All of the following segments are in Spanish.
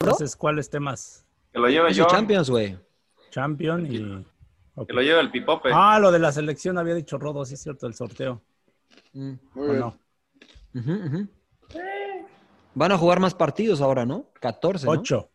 Entonces, ¿cuáles temas? Que lo lleve Es yo. su Champions, güey. Champion y. ok. Que lo lleve el pipope. Ah, lo de la selección había dicho Rodo, sí es cierto, el sorteo. Mm. Muy ¿O bien. no? Ujú, ujú. Van a jugar más partidos ahora, ¿no? 14, ¿no? Ocho.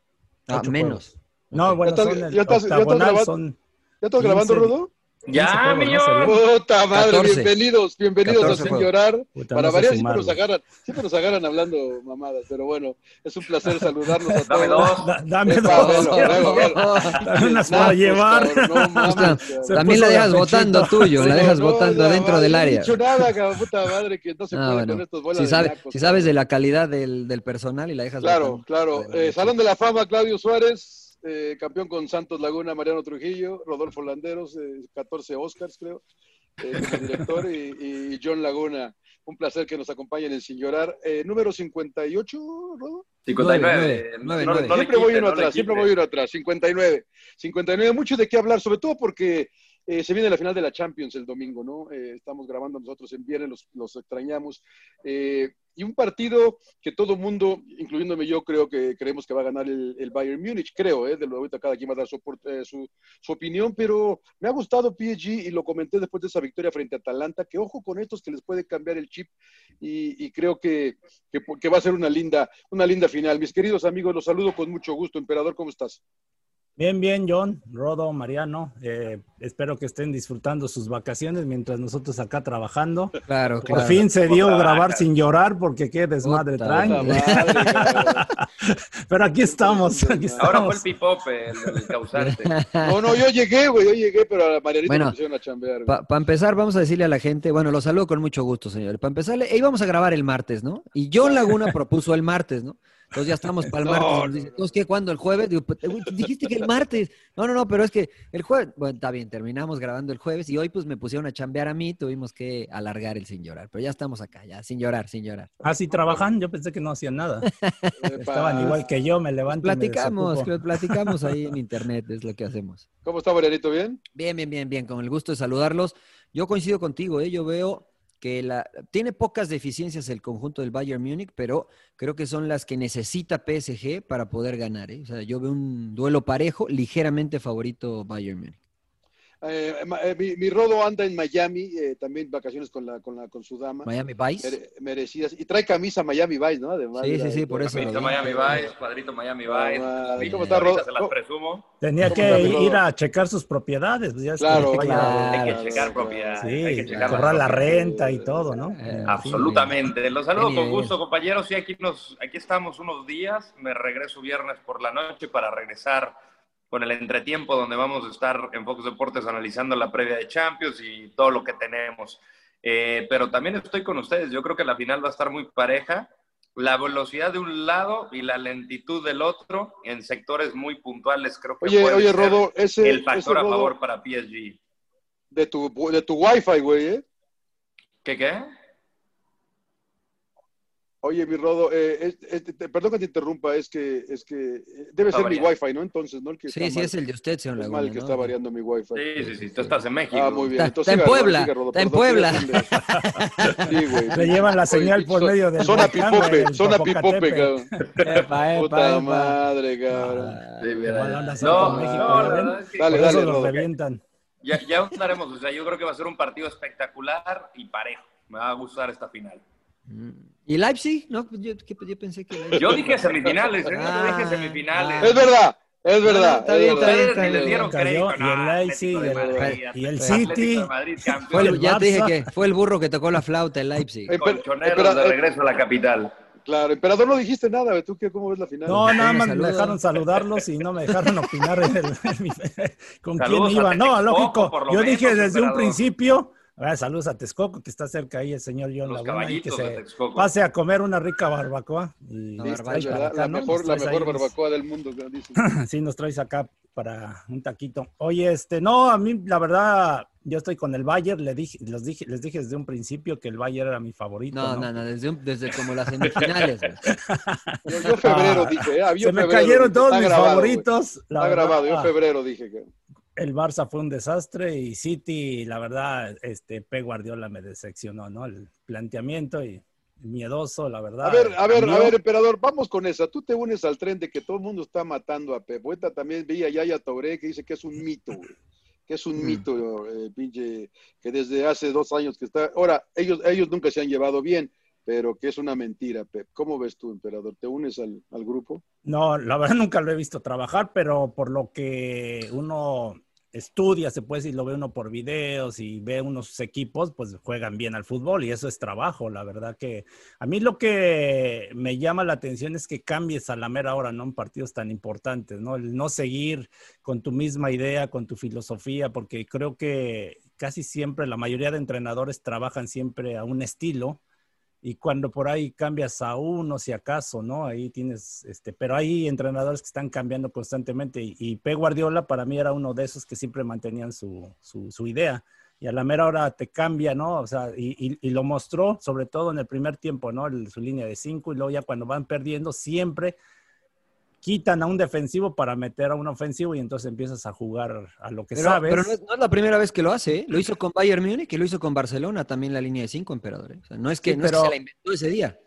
Ah, Ocho menos. No, Ok. bueno, Ya estás- son el ya estás- ya estás octagonal, grabando. son ¿Ya estás grabando, 15. Rudo? ya, quince mi juegos, ¿no? yo. Puta madre, 14. bienvenidos, bienvenidos 14 a Sin juegos. Llorar. Puta, Para no sé variar, sumar, siempre nos güey. agarran, siempre nos agarran hablando mamadas, pero bueno, es un placer saludarnos a Dame todos. dos. Da- dame Epa, dos. velo, velo, velo. Dame unas para Nacos, llevar. cabrón, pues, no mames, Puta, cabrón. se También la puso de dejas votando pechito. tuyo, la No, dejas no, votando la dentro madre, del área. No he dicho nada, cabrón, puta madre, que no se Ah, puede bueno. con estos bolas Si, de sabe- nacos, si sabes de cabrón. la calidad del, del personal y la dejas Claro, votando. claro. Bueno, Eh, Salón de la Fama, Claudio Suárez, eh, campeón con Santos Laguna, Mariano Trujillo, Rodolfo Landeros, eh, 14 Oscars, creo, eh, como director, y, y John Laguna. Un placer que nos acompañen en Sin Llorar. Eh, número 58, Rodo. 59. Nueve, No- nueve, nueve. no le siempre voy quite, uno no le atrás, siempre quite. voy uno atrás. 59. 59, mucho de qué hablar, sobre todo porque eh, se viene la final de la Champions el domingo, ¿no? Eh, estamos grabando nosotros en viernes, los, los extrañamos. Eh, y un partido que todo mundo, incluyéndome yo, creo que creemos que va a ganar el, el Bayern Múnich, creo, ¿eh? De lo ahorita cada quien va a dar su, opor- eh, su, su opinión, pero me ha gustado PSG y lo comenté después de esa victoria frente a Atalanta, que ojo con estos que les puede cambiar el chip y, y creo que, que, que va a ser una linda, una linda final. Mis queridos amigos, los saludo con mucho gusto. Emperador, ¿cómo estás? Bien, bien, John, Rodo, Mariano. eh, espero que estén disfrutando sus vacaciones mientras nosotros acá trabajando. Claro, Por claro. fin se dio Otra grabar vaca. sin llorar porque qué desmadre Puta, traen. Puta madre, cabrón. Pero aquí estamos, aquí Ahora fue el estamos. pipope, el, el causante. No, no, yo llegué, güey, yo llegué, pero a la Marianita Bueno, me pusieron a chambear. güey. Para empezar, vamos a decirle a la gente, bueno, los saludo con mucho gusto, señor. Para empezar, le- eh, íbamos a grabar el martes, ¿no? Y John Laguna propuso el martes, ¿no? Entonces ya estamos para el No, martes. no, Nos dice, no. Entonces, ¿qué? ¿Cuándo? ¿El jueves? Digo, "Pues, güey, dijiste que el martes. No, no, no, pero es que el jueves. Bueno, está bien, terminamos grabando el jueves y hoy pues me pusieron a chambear a mí, tuvimos que alargar el sin llorar. Pero ya estamos acá, ya, sin llorar, sin llorar. Ah, sí, trabajan. Yo pensé que no hacían nada. Epa. Estaban igual que yo, me levanto. y me Pues Platicamos, desocupo. platicamos ahí en internet, es lo que hacemos. ¿Cómo está Marianito? ¿Bien? Bien, bien, bien, bien. Con el gusto de saludarlos. Yo coincido contigo, ¿eh? Yo veo que la, tiene pocas deficiencias el conjunto del Bayern Múnich, pero creo que son las que necesita PSG para poder ganar. ¿eh? O sea, yo veo un duelo parejo, ligeramente favorito Bayern Múnich. Eh, ma- eh, mi, mi Rodo anda en Miami, eh, también vacaciones con, la, con, la, con su dama. Miami Vice. Mere- merecidas. Y trae camisa Miami Vice, ¿no? Además. Sí, sí, la- sí, por eso. Cuadrito Miami Vice, cuadrito Miami Vice. Ah, Las ¿cómo está, Ro- ahorita se las cómo- presumo. Tenía ¿Cómo que está mi Rodo? ir a checar sus propiedades. pues ya es que- Claro, Claro. claro. Hay Ah, que checar propiedad. hay que Sí, checar cobrar la las propiedades. renta y todo, ¿no? Eh, Absolutamente. Los saludo Bien, con bien. gusto, compañeros. Sí, aquí, nos, aquí estamos unos días. Me regreso viernes por la noche para regresar con el entretiempo donde vamos a estar en Focus Deportes analizando la previa de Champions y todo lo que tenemos. Eh, pero también estoy con ustedes. Yo creo que la final va a estar muy pareja. La velocidad de un lado y la lentitud del otro en sectores muy puntuales. Creo que Oye, puede oye, ser Rodo, ese. el factor ese a Rodo favor para PSG. De tu, de tu Wi-Fi, güey, ¿eh? ¿Qué qué? Oye, mi Rodo, eh, es- es- te- te- perdón que te interrumpa, es que, es que eh, debe Está ser mi variando. Wi-Fi, ¿no? Entonces, ¿no? El que Sí, está sí, mal. es el de usted, señor Es Laguna. mal que ¿no? está variando mi Wi-Fi. Sí, sí, sí. Tú estás en México. Pues, Ah, muy bien. Está- Entonces, está en siga, Rodo, Puebla, siga, Rodo, está en perdón, Puebla. perdón. Sí, güey. Le llevan la señal por Son- medio del Zona volcán, güey, pipope, del zona Popocatépetl. pipope, cabrón. Epa, epa, Puta epa. madre, cabrón. Ah, Sí, mira. Igual andas No, con México, no, ya la ven. verdad es que- Dale, Por dale, eso los Rodo. revientan. Ya, ya hablaremos, o sea, yo creo que va a ser un partido espectacular y parejo. Me va a gustar esta final. mm. ¿Y Leipzig? No, pues, yo, que- yo pensé que... Leipzig- Yo dije semifinales, ¿eh? Ah, yo dije Es semifinales. verdad, es verdad. está es bien, está verdad. bien, Ustedes ni está bien. les dieron Cayó, crédito. y el Leipzig, Atlético y de el- Madrid, y el Atlético City. de Madrid, Fue el- campeón. ya te dije Barça. que fue el burro que tocó la flauta, el Leipzig. Emper- Colchoneros Empera- de regreso a la capital. Claro, emperador, no dijiste nada, güey. ¿Tú qué, cómo ves la final? No, nada más me saludos. dejaron saludarlos y no me dejaron opinar en el- en mi- con Saludos quién iba. a No, Texcoco, lógico. por lo Yo menos, dije desde un emperador. principio. ah, saludos a Texcoco, que está cerca ahí el señor John Los Laguna. y que caballitos de eh. se Texcoco. pase a comer una rica barbacoa. Y La nos Listo, barbacoa. traes es para verdad, acá, La ¿no? Nos mejor, la traes mejor ahí unos- barbacoa del mundo, güey, dicen. Sí, nos traes acá para un taquito. Oye, este, no, a mí la verdad, yo estoy con el Bayern, le dije, los dije, les dije desde un principio que el Bayern era mi favorito. No, ¿no? no, no, desde, un- desde como las semifinales. güey. Yo, yo febrero Ah, dije, ¿eh? Había Se me febrero, cayeron dije. todos Está mis grabado, güey. favoritos. La Está grabado, yo verdad, ah. febrero dije que. el Barça fue un desastre y City, la verdad, este P Guardiola me decepcionó, ¿no? El planteamiento y miedoso, la verdad. A ver, a ver, Cambió. a ver, emperador, vamos con esa. Tú te unes al tren de que todo el mundo está matando a Pep. Ahorita también vi a Yaya Touré que dice que es un mito, güey. Que es un Mm. mito, eh, pinche, que desde hace dos años que está. Ahora, ellos, ellos nunca se han llevado bien, pero que es una mentira, Pep. ¿Cómo ves tú, emperador? ¿Te unes al, al grupo? No, la verdad nunca lo he visto trabajar, pero por lo que uno estudia, se puede decir, lo ve uno por videos y ve unos equipos, pues juegan bien al fútbol y eso es trabajo, la verdad que a mí lo que me llama la atención es que cambies a la mera hora, ¿no? En partidos tan importantes, ¿no? El no seguir con tu misma idea, con tu filosofía, porque creo que casi siempre la mayoría de entrenadores trabajan siempre a un estilo y cuando por ahí cambias a uno, si acaso, ¿no? Ahí tienes, este, pero hay entrenadores que están cambiando constantemente y, y P. Guardiola para mí era uno de esos que siempre mantenían su, su, su idea y a la mera hora te cambia, ¿no? O sea, y, y- y lo mostró sobre todo en el primer tiempo, ¿no? El- su línea de cinco y luego ya cuando van perdiendo siempre quitan a un defensivo para meter a un ofensivo y entonces empiezas a jugar a lo que Pero, sabes. pero no, es, no es la primera vez que lo hace, ¿eh? Lo hizo con Bayern Múnich y lo hizo con Barcelona también la línea de cinco, emperador. ¿eh? O sea, no es que, Sí, no es que pero- se la inventó ese día.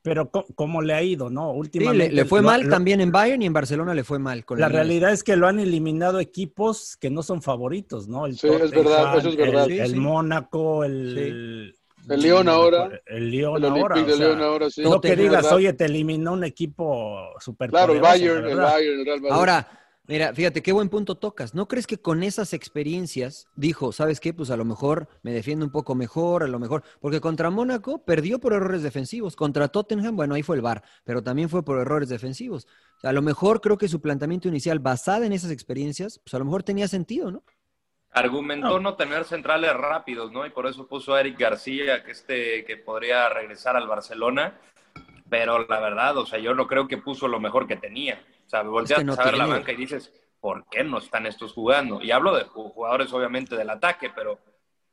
Pero co- cómo le ha ido, ¿no? Sí, le- Últimamente le, fue lo- mal lo- también en Bayern y en Barcelona le fue mal. Con La línea de realidad es que lo han eliminado equipos que no son favoritos, ¿no? El Sí, es Tottenham, verdad, eso es verdad. El, Sí, el sí. Mónaco, el... El León ahora. El León El ahora. Olympique o de sea, León ahora sí. No que Tottenham, digas, ¿verdad? oye, te eliminó un equipo super Claro, el Bayern, el Bayern, el Real Madrid. Ahora, mira, fíjate qué buen punto tocas. ¿No crees que con esas experiencias dijo, ¿sabes qué? Pues a lo mejor me defiendo un poco mejor, a lo mejor. Porque contra Mónaco perdió por errores defensivos. Contra Tottenham, bueno, ahí fue el VAR, pero también fue por errores defensivos. O sea, a lo mejor creo que su planteamiento inicial, basada en esas experiencias, pues a lo mejor tenía sentido, ¿no? Argumentó no tener centrales rápidos, ¿no? Y por eso puso a Eric García, que este que podría regresar al Barcelona. Pero la verdad, o sea, yo no creo que puso lo mejor que tenía. O sea, volteas que no a ver la tiene. banca y dices, ¿por qué no están estos jugando? Y hablo de ju- jugadores, obviamente, del ataque, pero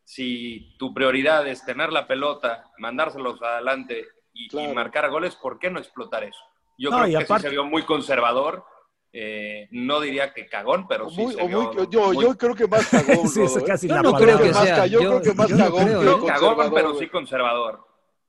si tu prioridad es tener la pelota, mandárselos adelante y, y Claro. marcar goles, ¿por qué no explotar eso? Yo No, y creo que aparte- sí se vio muy conservador. Eh, no diría que cagón, pero O sí muy- se o vio muy- yo, muy yo creo que más cagón, Sí, esa Rodo, ¿eh? casi Yo la no palabra. creo que más sea. ca- yo creo que más yo no cagón, creo, creo ¿eh? No cagón, conservador, pero güey. sí conservador.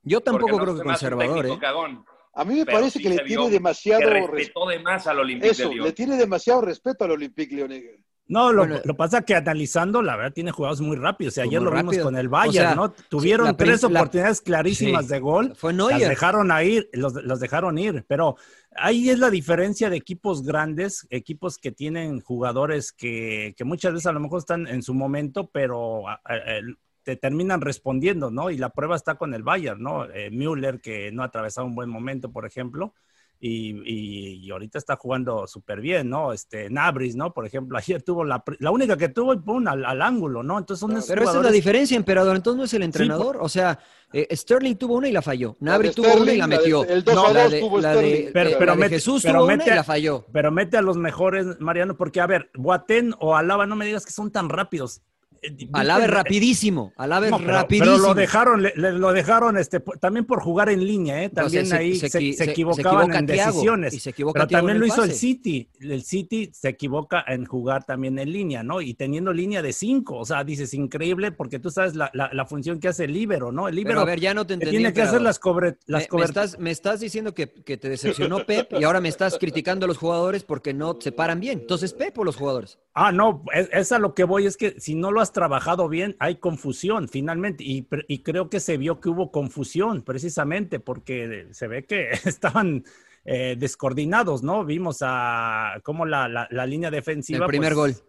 Yo tampoco Porque no creo se que me hace un conservador, técnico ¿eh? Cagón, A mí me pero parece sí que le se tiene vio demasiado que respeto. respetó de más al Olympique de Eso, Lyon. le tiene demasiado respeto al Olympique Leonel. No, lo, Bueno, lo pasa que analizando, la verdad, tiene jugados muy rápidos. O sea, Muy ayer lo vimos rápido. con el Bayern, O sea, ¿no? Tuvieron la prim- tres la- oportunidades clarísimas Sí. de gol. Fue Las Neuer. dejaron a ir, los, los dejaron ir, pero ahí es la diferencia de equipos grandes, equipos que tienen jugadores que, que muchas veces a lo mejor están en su momento, pero a- a- el- te terminan respondiendo, ¿no? Y la prueba está con el Bayern, ¿no? Eh, Müller, que no ha atravesado un buen momento, por ejemplo, y, y- y ahorita está jugando súper bien, ¿no? Este, Nabris, ¿no? Por ejemplo, ayer tuvo la, pr- la única que tuvo y pum, al, al ángulo, ¿no? Entonces son Claro. esos Pero esa es la jugadores- diferencia, emperador. Entonces no es el entrenador. O sea, eh, Sterling tuvo una y la falló. Nabri tuvo una y la metió. El 2 No, a la 2 de- tuvo la Sterling. de- Pero- la pero de mete- Jesús pero tuvo mete- una y la falló. Pero mete a los mejores, Mariano, porque a ver, Boatén o Alaba, no me digas que son tan rápidos. Eh, Alaba es viste- rapidísimo. Alaba es No, pero- rapidísimo. Pero lo dejaron, le- le- lo dejaron este, po- también por jugar en línea, ¿eh? También Entonces, se- ahí se se, equi- se se- se equivocaban equivoca en Thiago, decisiones. y se equivoca pero Thiago en también el lo hizo el pase. City. El City se equivoca en jugar también en línea, ¿no? Y teniendo línea de cinco. O sea, dices, increíble, porque tú sabes la, la- la función que hace el líbero, ¿no? El Pero líbero a ver, ya no que te entendí. tiene que hacer emperador. las, cobre, Me- las me, coberturas. estás, me estás diciendo que, que te decepcionó Pep y ahora me estás criticando a los jugadores porque no se paran bien. Entonces, Pep o los jugadores. Ah, no, es, es a lo que voy, es que si no lo has trabajado bien, hay confusión finalmente. Y, pre- y creo que se vio que hubo confusión precisamente porque se ve que estaban eh, descoordinados, ¿no? Vimos a cómo la, la- la línea defensiva. El primer pues, gol.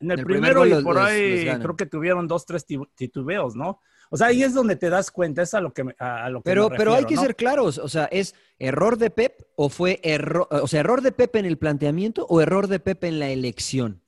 En el, el primer primero gol y los- por los- los ahí ganan. creo que tuvieron dos, tres tibu- titubeos, ¿no? O sea, ahí es donde te das cuenta, es a lo que, me- a, a lo que Pero, me pero hay refiero, que ¿no? ser claros. O sea, ¿es error de Pep o fue error, o sea, error de Pep en el planteamiento o error de Pep en la elección?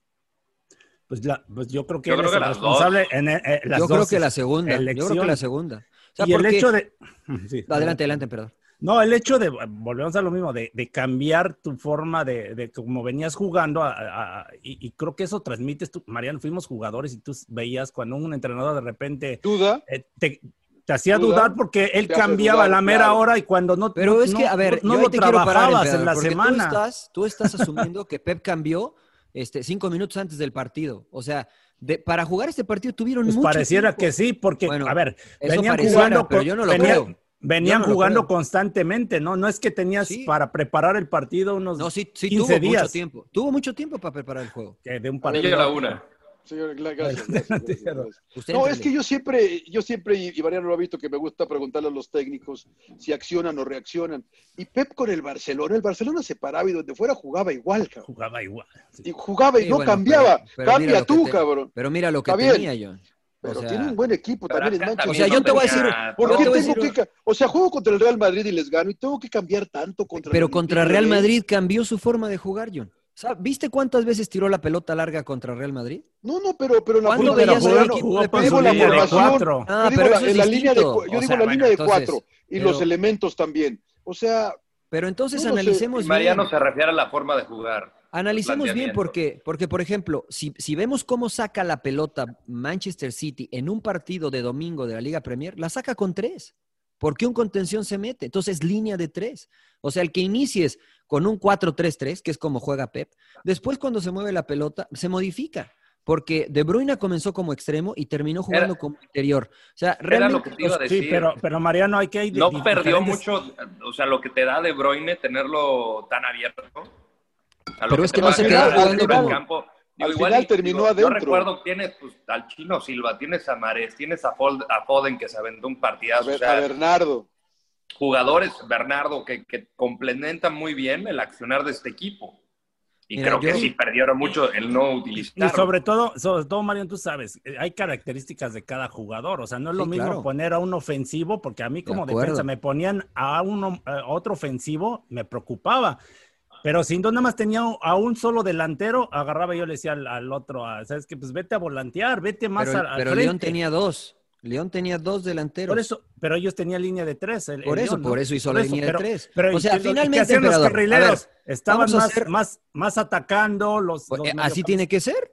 Pues, la- pues yo creo que Yo él creo es que el las dos. responsable en eh, eh, las yo creo dos. que la segunda. Yo creo elección. que la segunda. O sea, Y el porque- hecho de... Sí, Adelante, adelante, perdón. No, el hecho de, eh, volvemos a lo mismo, de, de cambiar tu forma de, de cómo venías jugando, a- a- a- y, y creo que eso transmites tú, Mariano, fuimos jugadores y tú veías cuando un entrenador de repente Duda. eh, te, te hacía Dudar, dudar porque él te hace cambiaba a dudar, la mera claro. hora y cuando no, Pero no- es que, no- a ver, no, yo no ahí lo te quiero parar, trabajabas en emperador, la porque Tú semana. estás, tú estás asumiendo que Pep cambió este, cinco minutos antes del partido. O sea, de- para jugar este partido tuvieron Pues mucho pareciera tiempo. que sí, porque, Bueno, a ver, eso venían pareciera, jugando pero con- yo no lo venían- creo. Venían Yo no lo jugando creo. constantemente, ¿no? No es que tenías Sí. para preparar el partido unos No, sí, sí 15 tuvo mucho días. tiempo. Tuvo mucho tiempo para preparar el juego. que de un A ver, partido. Anillo a la una. Señor, gra- gracias. Adelante, gracias, gracias, Gerardo. gracias. Usted No, entrale. es que yo siempre, yo siempre, y y Mariano lo ha visto, que me gusta preguntarle a los técnicos si accionan o reaccionan. Y Pep con el Barcelona, el Barcelona se paraba y donde fuera jugaba igual, cabrón. Jugaba igual. sí. Y jugaba y Sí, no bueno, cambiaba. pero- pero mira Cambia lo que tú, te- cabrón. Pero mira lo que Está bien. tenía, John. O Pero sea, tiene un buen equipo Pero también en acá Manchester. O sea, yo te voy a decir- tenía ¿Por Yo qué te voy a tengo decir que ca- O sea, juego contra el Real Madrid y les gano. ¿Y tengo que cambiar tanto contra el Pero contra Atlético Real de- Madrid cambió su forma de jugar, John. O sea, ¿Viste cuántas veces tiró la pelota larga contra Real Madrid? No, no, pero, pero en la Ah, ¿Cuándo forma de Pero veías al jugar, jugó, equipo jugó de con Pep? su Digo, la línea de formación. cuatro. Ah, yo digo pero la, eso es en la línea de, distinto. cu- O yo digo sea, la bueno, línea de entonces- cuatro y los pero- elementos también. O sea, Pero entonces Yo no sé, analicemos Y Mariano bien. se refiere a la forma de jugar. Analicemos bien planteamiento. porque, porque por ejemplo, si, si vemos cómo saca la pelota Manchester City en un partido de domingo de la Liga Premier, la saca con tres. Porque un contención se mete. Entonces, línea de tres. O sea, el que inicies con un 4-3-3, que es como juega Pep, después cuando se mueve la pelota, se modifica. Porque De Bruyne comenzó como extremo y terminó jugando Era- como interior. O sea, Era realmente lo que te iba a decir. Pues Sí, pero, pero Mariano, hay que hay no di- perdió diferentes- mucho, o sea, lo que te da De Bruyne tenerlo tan abierto. a lo Pero es que te no va se a quedó generar jugando dentro del como- campo. al final y- terminó Yo adentro. recuerdo tienes pues, al Chino Silva, tienes a Mares, tienes a, Fol- a Foden que se aventó un a, partidazo. ver- o sea, a Bernardo. jugadores, Bernardo, que, que complementan muy bien el accionar de este equipo. Y Mira, creo que yo- sí perdieron mucho el no utilizar. Y sobre todo, sobre todo, Mariano, tú sabes, eh, hay características de cada jugador. O sea, no es lo Sí, mismo claro. poner a un ofensivo, porque a mí como acuerdo. defensa me ponían a uno, a otro ofensivo, me preocupaba. Pero si no, nada más tenía a un solo delantero, agarraba y yo le decía al, al otro, a- ¿sabes qué? Pues vete a volantear, vete más Pero, al, al pero frente. León tenía dos. León tenía dos delanteros. Por eso, pero ellos tenían línea de tres. el- el Por eso, León, ¿no? por eso hizo Por la eso, línea pero- de tres. Pero o sea, ¿qué- qué finalmente, hacían los emperador, a ver, carrileros? Estaban vamos a más, hacer- más, más atacando los, los eh, así mediocampistas. tiene que ser.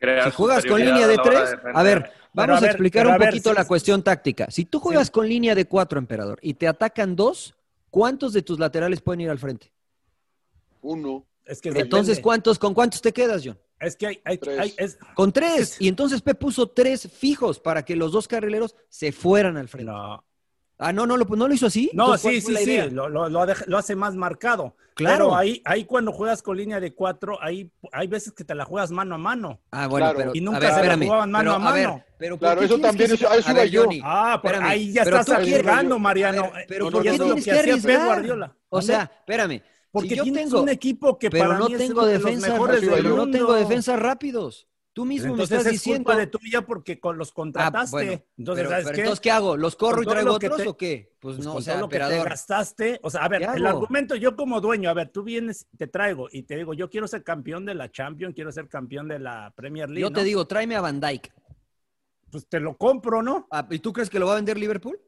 Crear Si juegas con superioridad línea de a la hora tres, defender. a ver, vamos a, ver, explicar pero un a ver, poquito sí, la sí. cuestión táctica. Si tú juegas con línea de cuatro, emperador, y te atacan dos, ¿cuántos de tus laterales pueden ir al frente? Uno. Es que Entonces, depende. ¿cuántos, ¿con cuántos te quedas, John? Es que hay, hay- Tres. hay- es- Con tres. Y entonces Pep puso tres fijos para que los dos carrileros se fueran al frente. no, Ah, no, no lo, no lo hizo así. no Entonces, ¿cuál sí, fue sí, la idea? sí, lo, lo- lo deja- lo hace más marcado. Claro. Pero ahí, ahí cuando juegas con línea de cuatro, ahí, hay veces que te la juegas mano a mano. Ah, bueno, Claro. pero Y nunca a ver, se la espérame, jugaban mano pero, a ver, mano. pero ¿por Claro, qué eso tienes también, que eso- ser- a eso a ver, iba yo. Johnny, Ah, por espérame, ahí ya pero estás tú quieres- arriesgando, Mariano. A ver, Eh, pero porque ¿por qué eso es lo tienes que que hacía Pep arriesgar? Guardiola. O sea, espérame. porque si yo tienes tengo, un equipo que pero para no mí es tengo uno de defensa, los mejores Rafa, del pero no mundo. tengo defensas rápidos. Tú mismo Entonces me es estás diciendo. Ah, culpa de tuya porque con los contrataste. bueno, entonces, pero, ¿sabes pero qué? entonces, ¿qué hago? ¿Los corro Con y todo traigo lo que otros te- o qué? Pues, Pues no, con o sea, todo lo que te emperador. gastaste, o sea, a ver, ¿Qué el hago? argumento, yo como dueño, a ver, tú vienes, te traigo y te digo, yo quiero ser campeón de la Champions, quiero ser campeón de la Premier League. Yo ¿no? te digo, tráeme a Van Dyke. Ah, Pues te lo compro, ¿no? ¿Y tú crees que lo va a vender Liverpool?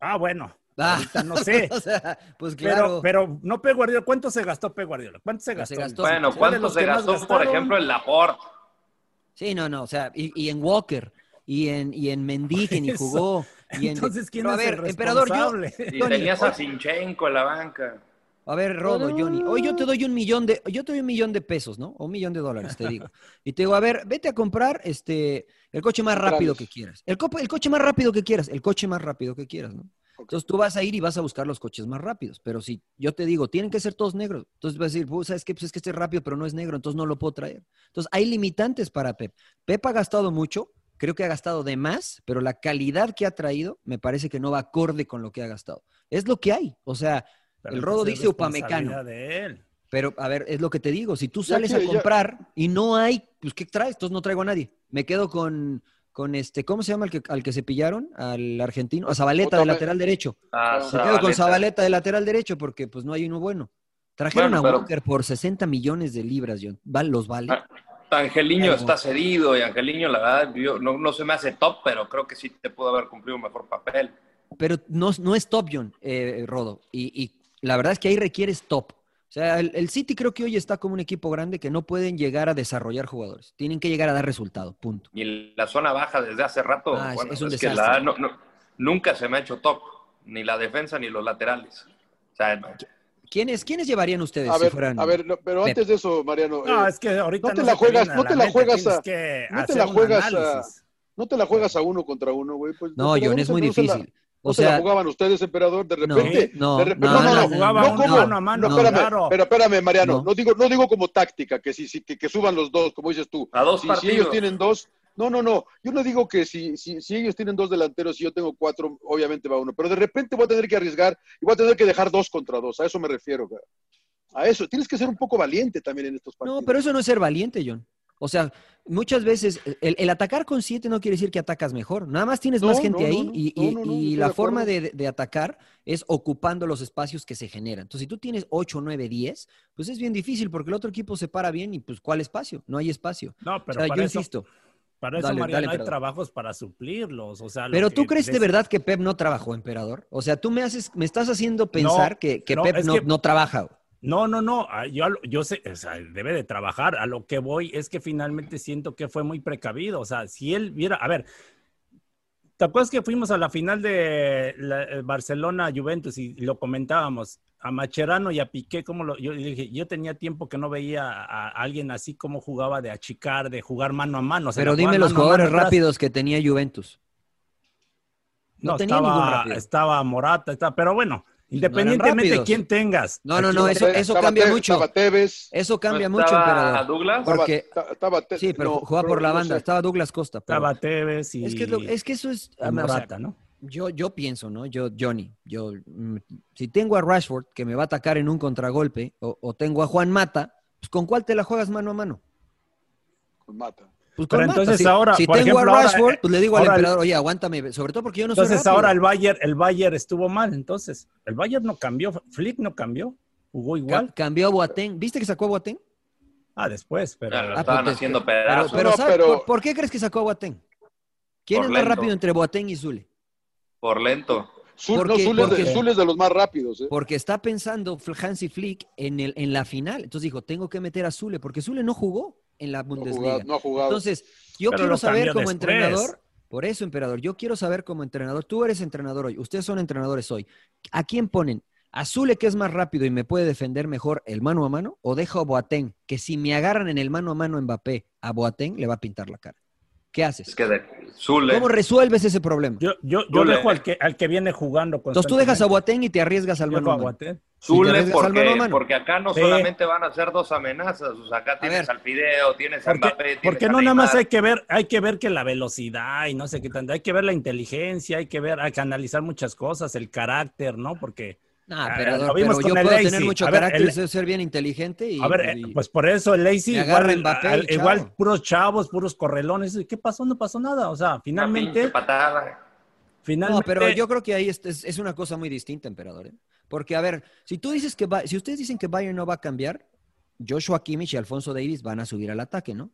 Ah, bueno, Ah, ahorita no sé. o sea, pues Pero, claro. pero no P. Guardiola, ¿cuánto se gastó P. Guardiola? ¿Cuánto se Pero se gastó? gastó- Bueno, Fue de ¿cuánto los se que más gastó, por gastaron. ejemplo, en Laporte? sí, no, no. O sea, y, y en Walker, y en, y en Mendy, que ni Eso. jugó. Y en- Pues, Entonces, ¿quién Pero, es a ver, el emperador, yo, responsable? Y Tony, tenías hoy- a Sinchenko en la banca. A ver, Rodo, Johnny, hoy yo te doy un millón de, yo te doy un millón de pesos, ¿no? O un millón de dólares, te digo. Y te digo, a ver, vete a comprar este el coche más rápido Grandes. que quieras. El, copo- el coche más rápido que quieras, el coche más rápido que quieras, ¿no? Entonces tú vas a ir y vas a buscar los coches más rápidos. Pero si yo te digo, tienen que ser todos negros, entonces vas a decir, "Pues, ¿sabes qué? Pues es que este es rápido, pero no es negro, entonces no lo puedo traer. Entonces hay limitantes para Pep. Pep ha gastado mucho, creo que ha gastado de más, pero la calidad que ha traído me parece que no va acorde con lo que ha gastado. Es lo que hay. O sea, Pero el Rodo esa es dice Upamecano. responsabilidad de él. pero, a ver, es lo que te digo. Si tú Ya sales que- a ya- comprar y no hay, pues, ¿qué traes? Entonces no traigo a nadie. Me quedo con, con este, ¿cómo se llama al que, al que se pillaron? Al argentino, a Zabaleta de Otamendi. lateral derecho. A Me Me quedo con Zabaleta. Zabaleta de lateral derecho porque, pues, no hay uno bueno. Trajeron Bueno, a pero- Walker por 60 millones de libras, John. ¿Val- ¿Los vale? Ah, Angeliño Pero- está cedido y Angeliño, la verdad, yo- no, no se me hace top, pero creo que sí te pudo haber cumplido un mejor papel. Pero no, no es top, John, eh, Rodo. Y, y la verdad es que ahí requieres top. O sea, el, el City creo que hoy está como un equipo grande que no pueden llegar a desarrollar jugadores. Tienen que llegar a dar resultado, punto. Y la zona baja desde hace rato, Ah, es- bueno, es un que desastre. la- no- no- nunca se me ha hecho top, ni la defensa ni los laterales. O sea, ¿Quiénes, ¿quiénes llevarían ustedes A si ver, fueran? a ver, no, pero Pep. antes de eso, Mariano, No, eh, es que ahorita no te la se juegas- termina no te la meta, juegas tienes a- que no te hacer la un juegas a- análisis. no te la juegas a uno contra uno, güey. Pues, No, pero John, no es se- muy no se la- difícil. No O se la sea, jugaban ustedes, emperador, de No, repente. no, de repente- no, no, no, no, no, no, jugaba no, como- mano a mano, no, espérame, claro. pero espérame, Mariano, No. no. digo, no digo como táctica, que si, si- que, que suban los dos, como dices tú. A dos Si, si partidos. ellos tienen dos, no, no, no. Yo no digo que si, si, si ellos tienen dos delanteros y yo tengo cuatro, obviamente va uno. Pero de repente voy a tener que arriesgar y voy a tener que dejar dos contra dos. A eso me refiero. cara. A eso. Tienes que ser un poco valiente también en estos partidos. No, pero eso no es ser valiente, John. O sea, muchas veces el, el atacar con siete no quiere decir que atacas mejor. Nada más tienes No, más no, gente no, ahí no. y, No, y- no, no, y yo estoy la de forma acuerdo. de, de atacar es ocupando los espacios que se generan. Entonces, si tú tienes 8, 9, 10, pues es bien difícil porque el otro equipo se para bien y pues ¿cuál espacio? No hay espacio. No, O pero sea, yo para, eso, insisto. para eso, Dale, Mariano, dale, hay emperador. trabajos para suplirlos. O sea, lo Pero que tú crees de des- verdad que Pep no trabajó, emperador. O sea, tú me haces, me estás haciendo pensar que, que no, Pep es no, que- no trabaja. No, no, no. ah, Yo, a lo- yo sé, o sea, él debe de trabajar. A lo que voy es que finalmente siento que fue muy precavido. O sea, si él viera, a ver, ¿te acuerdas que fuimos a la final de la- eh, Barcelona-Juventus y lo comentábamos? A Macherano y a Piqué, como lo, yo dije, yo tenía tiempo que no veía a, a alguien así como jugaba de achicar, de jugar mano a mano. Se la Pero jugaban dime los mano a mano jugadores atrás. rápidos que tenía Juventus. No, No, tenía estaba, ningún rápido. estaba Morata, estaba, pero bueno, independientemente de rápidos. quién tengas. No, no, aquí- no, Estaba eso- Te- eso estaba cambia Te- mucho. Estaba Tevez. Eso cambia ¿No mucho, estaba emperador. Douglas? estaba- Porque- esta- estaba Te- Sí, pero no, jugaba no, por la no banda. sé. Estaba Douglas Costa. pero- Estaba Tevez y, es, que es lo- es que eso es... y a ver, o sea, Morata, ¿no? yo, yo pienso, ¿no? Yo, Johnny, yo... mm, Si tengo a Rashford, que me va a atacar en un contragolpe, o, o tengo a Juan Mata, pues ¿con cuál te la juegas mano a mano? Mata. Pero Pues con Mata. entonces Si- ahora, si por tengo ejemplo, a ahora, Rashford, pues le digo al ahora el- emperador, oye, aguántame, sobre todo porque yo no soy Entonces rápido". ahora el Bayern, el Bayern estuvo mal, entonces. El Bayern no cambió, Flick no cambió, jugó Ca- igual. cambió a Boateng. ¿Viste que sacó a Boateng? Ah, después, pero Ya, lo Ah, estaban pues, haciendo Pero, pedazos pero No, ¿sabes pero- por, por qué crees que sacó a Boateng? ¿Quién Por es más lento. rápido entre Boateng y Zule? por lento. Zul, no, Porque- Zul es de- porque- Zul es de los más rápidos. ¿eh? Porque está pensando Fl- Hansi Flick en, el, en la final. Entonces dijo, tengo que meter a Zule, porque Zule no jugó en la No ha Bundesliga. jugado. No ha jugado. Entonces, yo Pero quiero lo saber cambió como después. entrenador, por eso, emperador, yo quiero saber como entrenador, tú eres entrenador hoy, ustedes son entrenadores hoy, ¿a quién ponen? ¿A Zule, que es más rápido y me puede defender mejor el mano a mano? ¿O dejo a Boateng, que si me agarran en el mano a mano Mbappé, a Boateng le va a pintar la cara? ¿Qué haces? Es que de Zule. ¿Cómo resuelves ese problema? yo, yo, yo Zule. dejo al que, al que viene jugando con. Entonces tú dejas a Boateng y te arriesgas al mano a mano. Boateng. Si te Zule, arriesgas al mano a porque, mano. porque acá no Sí. solamente van a ser dos amenazas. O sea, acá tienes ver. al Fideo, tienes a Mbappé, Porque, tienes porque a no nada más hay Neymar. que ver, hay que ver que la velocidad y no sé qué tanto, hay que ver la inteligencia, hay que ver, hay que analizar muchas cosas, el carácter, ¿no? Porque No, Ah, pero, lo vimos pero yo con el puedo tener Leipzig. mucho A ver, carácter, el- sé ser bien inteligente y... A ver, eh, y- pues por eso el Lazy Me agarra igual, Mbappé al- y chao. igual puros chavos, puros correlones. ¿y ¿Qué pasó? No pasó nada. O sea, Una pinche finalmente, patada. finalmente. No, pero yo creo que ahí es, es- es una cosa muy distinta, emperador. ¿eh? Porque, a ver, si tú dices que... Ba- Si ustedes dicen que Bayern no va a cambiar, Joshua Kimmich y Alfonso Davis van a subir al ataque, ¿no?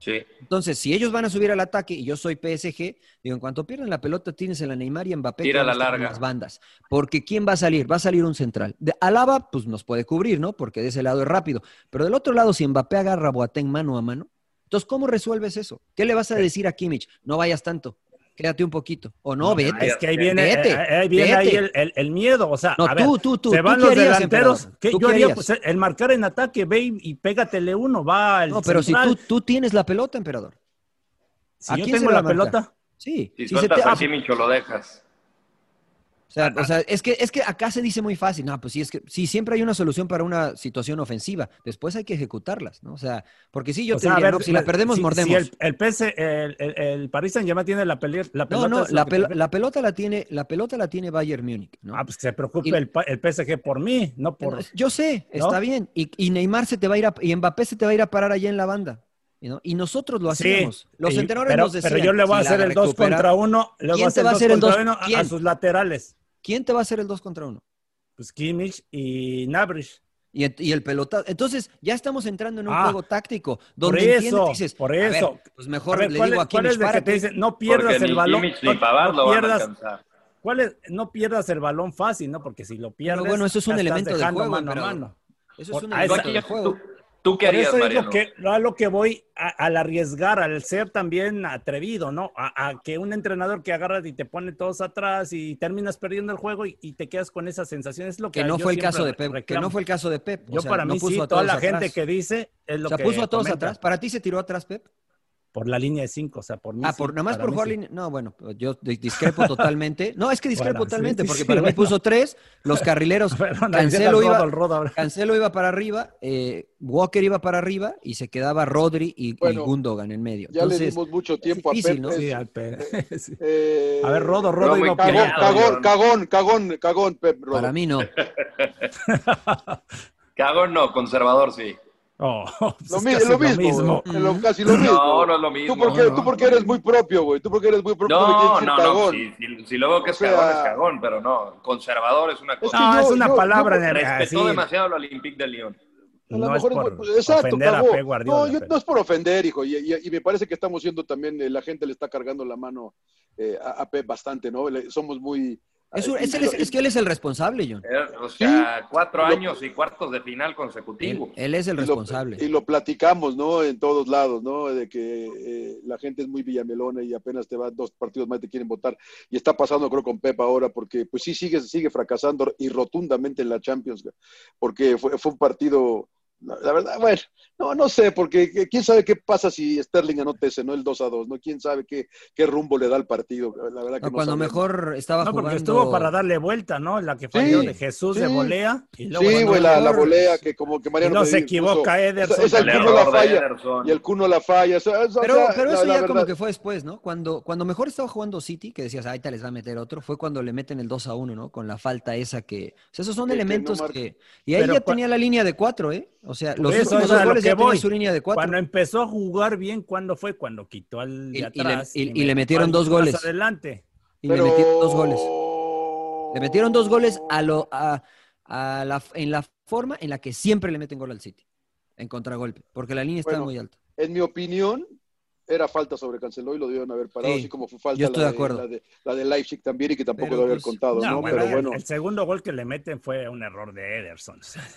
Sí. Entonces, si ellos van a subir al ataque y yo soy PSG, digo, en cuanto pierdan la pelota, tienes en la Neymar y Mbappé. que Tira van a la estar en larga. Las bandas. Porque ¿quién va a salir? Va a salir un central. De Alaba, pues nos puede cubrir, ¿no? Porque de ese lado es rápido. Pero del otro lado, si Mbappé agarra a Boateng mano a mano, entonces, ¿cómo resuelves eso? ¿Qué le vas a decir a Kimmich? No vayas tanto, quédate un poquito. O no, vete. Ah, Es que ahí viene, Vete, eh, ahí, viene vete. ahí el, el- el miedo. O sea, No, a ver, tú, tú, tú. se ¿tú van qué los harías, delanteros. emperador? ¿Qué ¿Tú yo qué haría? harías? Pues, el marcar en ataque, ve y, y pégatele uno, va el No, pero si central. tú, tú tienes la pelota, emperador. Si ¿a yo quién se tengo la la va a marcar? pelota, Sí. Si si se sueltas te- a ah, Kimmich o lo dejas. O sea, o sea, es, que, es que acá se dice muy fácil, no, pues sí, es que sí, siempre hay una solución para una situación ofensiva, después hay que ejecutarlas, ¿no? O sea, porque sí, yo o te sea, a diría, ver, eh, no, si la perdemos, si- mordemos. Si el, el PS, el, el- el Paris Saint Germain tiene la, peli- la no, pelota. no, es lo la, que- pel- la pelota la tiene, la pelota la tiene Bayern Múnich, ¿no? Ah, pues que se preocupe Y- el, pa- el PSG por mí, no por. No, Yo sé, ¿no? está bien, y, y Neymar se te va a ir a, y Mbappé se te va a ir a parar allá en la banda, ¿no? Y nosotros lo Sí, hacíamos. Los y- entrenadores pero, nos decían, Pero yo le voy a si la hacer el 2 recupera- contra 1. Le voy a ¿Quién te hacer, va a hacer el el 2 dos? contra 1 a, ¿Quién? sus laterales. ¿Quién te va a hacer el 2 contra 1? Pues Kimmich y Nabrish. Y, ent- y el pelotazo. Entonces, ya estamos entrando en un Ah, juego táctico donde por entiendes, eso, dices, por a ver, eso. pues mejor a ver, le ¿cuál, digo es- a cuál Kimmich, es el que párate. te dice no Porque pierdas ni el balón? Kimmich no, ni Pavard no lo van a pierdas, alcanzar. ¿cuál es- no pierdas el balón fácil, ¿no? Porque si lo pierdes, bueno, eso es un ya estás elemento del dejando juego, mano a emperador. mano. Eso es un Ah, esa- Yo elemento aquí del ya- juego. ¿Tú, tú qué Por harías, eso es Mariano? lo que, a lo que voy a- al arriesgar, al ser también atrevido, ¿no? A, a que un entrenador que agarra y te pone todos atrás y terminas perdiendo el juego y, y te quedas con esa sensación. Es lo que, Que no yo fue el siempre caso de Pep. Que reclamo. no fue el caso de Pep. O Yo sea, para no mí puso sí, a toda todos la atrás. gente que dice es lo O sea, que puso a todos comenta. atrás. ¿Para ti se tiró atrás, Pep? Por la línea de cinco, o sea, por mí. Ah, sí, por, nada más para por mí jugar sí. línea. No, bueno, yo di- discrepo totalmente. No, es que discrepo Bueno, sí, totalmente, sí, porque sí, para mí bueno. puso tres, los carrileros. Perdón, Cancelo al iba- rodo, al rodo, ahora. Cancelo iba para arriba, eh, Walker iba para arriba y se quedaba Rodri y, y Bueno, Gundogan en medio. Ya le Entonces, dimos mucho tiempo difícil, a ¿no? Pepe. Sí, al pe- sí. Eh, A ver, Rodo, Rodo Rodo y iba por Cagón, allá. Cagó, cagón, cagón, cagón, cagón, Pep Rodo. para mí no. Cagón no, conservador sí. Oh, pues Lo, es mi- casi lo mismo, güey. mismo. Lo- casi lo mismo. No, no güey. es lo mismo. Tú porque, no, tú porque eres muy propio, güey. Tú porque eres muy propio. me quieres No, decir no, no. cagón. Si, si- si lo veo que es O sea- cagón, es cagón, pero no. Conservador es una Es cosa. No, que es yo- una yo- palabra yo- de Respetó sí, demasiado al Olympique de Lyon. A lo No es mejor es por muy- exacto, ofender a cagó. Pep Guardiola. No, yo- pero- no es por ofender, hijo. Y, y- y me parece que estamos siendo también, eh, la gente le está cargando la mano eh, a, a Pep bastante, ¿no? Le- somos muy... Es, eh, un- es el- es- es que él es el responsable, John. Eh, O sea, cuatro Lo- años y cuartos de final Él, consecutivos. él es el y lo- responsable. Y lo platicamos, ¿no? En todos lados, ¿no? De que eh, la gente es muy villamelona y apenas te va dos partidos más te quieren votar. Y está pasando, creo, con Pep ahora, porque pues sí sigue, sigue fracasando y rotundamente en la Champions, güey. porque fue, fue un partido, la, la verdad, bueno, no, no sé, porque que- quién sabe qué pasa si Sterling anota ese, ¿no? El 2 a 2, ¿no? Quién sabe qué, qué rumbo le da al partido, la verdad que No, no, cuando sabemos. mejor estaba No, porque jugando. estuvo para darle vuelta, ¿no? La que falló de Jesús de sí. volea. Y luego Sí, cuando güey, la, la mejor- volea que como que Y Mariano no se Medina puso. equivoca Ederson. Esa- esa El el también. Kun no la error de falla. Ederson. Y el Cuno la falla. o sea, o sea, Pero, pero la- eso la ya como verdad- que fue después, ¿no? Cuando, cuando mejor estaba jugando City, que decías, ahí te les va a meter otro, fue cuando le meten el 2 a 1, ¿no? Con la falta esa que. O sea, esos son Que- que no elementos marca. que. Y ahí Pero ya cua- tenía la línea de 4, ¿eh? O sea, los eso últimos es dos a lo goles que ya tenía voy. su línea de 4. Cuando empezó a jugar bien, ¿cuándo fue? Cuando quitó al Y- de y le- atrás. y- y metió le metieron al más dos goles. adelante. Y pero- le metieron dos goles. Le metieron dos goles a lo, a, a la, en la forma en la que siempre le meten gol al City. En contragolpe. Porque la línea estaba Bueno, muy alta. En mi opinión, era falta sobre Canceló y lo debieron haber parado, Sí, así como fue falta yo estoy la, de acuerdo. la de, la de Leipzig también y que tampoco Pero, lo habían pues, contado, No, ¿no? bueno, pero el- bueno. El, segundo gol que le meten fue un error de Ederson. O sea,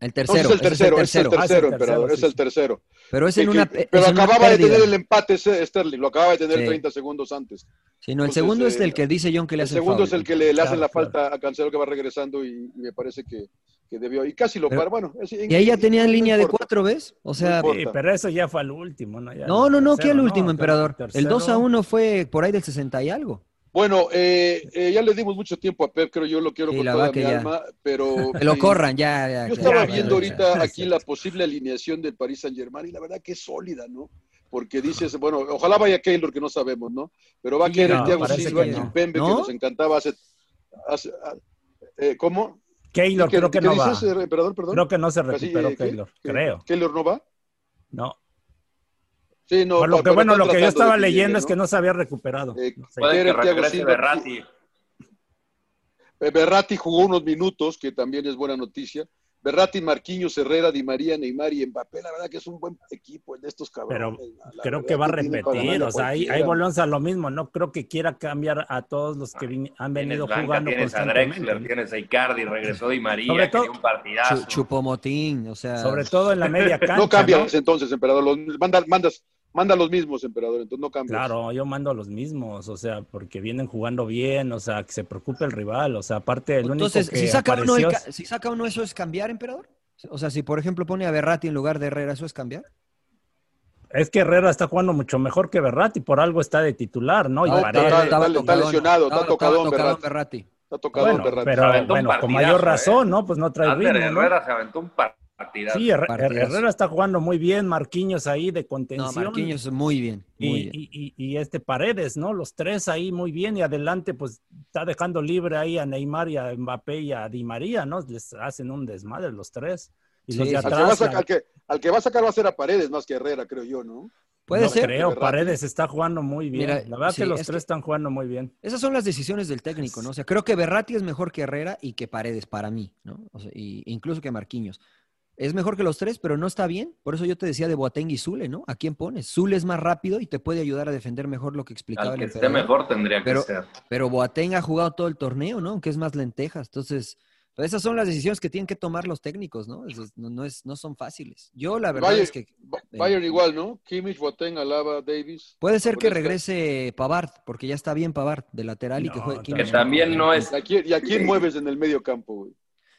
El tercero. ese Entonces es el tercero, es el tercero. Ah, es el tercero, tercero, emperador, sí, es el sí. tercero. Pero es en Que- una. que- es pero en una acababa de pérdida. tener el empate ese Sterling, lo acababa de tener Sí. 30 segundos antes. Sí, no, el Entonces, segundo es eh, el que dice John que le El hace segundo es el que le, le hacen Claro, la claro. falta a Cancelo que va regresando y, y me parece que, que debió. Y casi lo Pero- para. Bueno, es- Y ahí ya tenían no línea de importa. cuatro, ¿ves? O sea, importa. sí, pero eso ya fue al último, ¿no? Ya no, el no, no, que el tercero, último, ¿no? emperador. El tercero. 2 a 1 fue por ahí del 60 y algo. Bueno, eh, eh, ya le dimos mucho tiempo a Pep, creo yo lo quiero Sí, con la toda verdad mi que ya. alma, pero... Que lo eh, corran, ya, ya. Yo ya, estaba ya, viendo ya, ya. ahorita aquí la posible alineación del Paris Saint-Germain y la verdad que es sólida, ¿no? Porque dices, bueno, ojalá vaya Keylor, que no sabemos, ¿no? Pero va a Sí, querer no, Thiago parece Silva, que no. Kimpembe, que ¿No? nos encantaba hace... hace- ah, eh, ¿Cómo? Keylor, ¿Qué- creo que qué no va. dices, eh, emperador, perdón? Creo que no se Así, recuperó eh, ¿qué? Keylor, ¿Qué- creo. ¿Keylor no va? No. Sí, no. Por lo pa- que pero bueno, están lo que yo tratando estaba de llegue, leyendo es que no se había recuperado. Eh, No sé. Puede que Quiere Thiago regrese Silva. Berratti. Eh, Berratti jugó unos minutos, que también es buena noticia. Berratti, Marquinhos, Herrera, Di María, Neymar y Mbappé, la verdad que es un buen equipo el de estos cabrones. la- Creo la verdad que va a tiene para repetir, ganar a o sea, ahí, ahí cualquiera. volvemos a lo mismo, no creo que quiera cambiar a todos los que vin- han Tienes venido banca, jugando tienes a constantemente. Drexler, ¿no? tienes a Icardi, regresó Di María, Sobre que todo- dio un partidazo. Chu- Chupomotín, o sea. Sobre todo en la media cancha. No cambias ¿no? entonces, emperador. Los, manda, mandas, manda los mismos, emperador, entonces no cambias. Claro, yo mando a los mismos, o sea, porque vienen jugando bien, o sea, que se preocupe el rival, o sea, aparte el único Entonces, que si saca, uno el apareció ca- si saca uno eso es cambiar, emperador. O sea, si por ejemplo pone a Berratti en lugar de Herrera, ¿eso es cambiar? es que Herrera está jugando mucho mejor que Berratti, por algo está de titular, ¿no? Y Ah, Paredes. total, está- está tocadón, lesionado, está estaba- estaba tocadón tocadón, Berratti. Berratti. Está tocado, Bueno, Berratti. pero Aventó un bueno, con partidazo, mayor ¿eh? razón, ¿no? Pues no trae Ander ritmo, ¿no? Herrera se aventó un partidazo. Sí, Herre- Partidazo. Herrera está jugando muy bien, Marquinhos ahí de No, contención. Marquinhos, muy bien, muy Y, bien. y- y- y este Paredes, ¿no? Los tres ahí muy bien y adelante pues está dejando libre ahí a Neymar y a Mbappé y a Di María, ¿no? Les hacen un desmadre los tres. Y Sí, los de sí. Al que, va a atrás, sacar- la- al, que, al que va a sacar va a ser a Paredes más que a Herrera, creo yo, ¿no? Puede no ser. creo, Berratti. Paredes está jugando muy bien. Mira, la verdad sí, que los es tres que- están jugando muy bien. Esas son las decisiones del técnico, ¿no? O sea, creo que Berratti es mejor que Herrera y que Paredes para mí, ¿no? O sea, y- incluso que Marquinhos. Es mejor que los tres, pero no está bien. Por eso yo te decía de Boateng y Zule, ¿no? ¿A quién pones? Zule es más rápido y te puede ayudar a defender mejor lo que explicaba Al que el esté emperador. mejor tendría que Pero- ser. Pero Boateng ha jugado todo el torneo, ¿no? Aunque es más lentejas. Entonces, pues esas son las decisiones que tienen que tomar los técnicos, ¿no? Es- no, no es, no son fáciles. Yo la verdad Bayern- es que Ba- Bayern igual, ¿no? Kimmich, Boateng, Alaba, Davis. puede ser Pues que Con esta- regrese Pavard, porque ya está bien Pavard de lateral y que No, juegue. también. Que Kimmich. también no es ¿Y a quién, y a quién mueves en el medio campo, güey?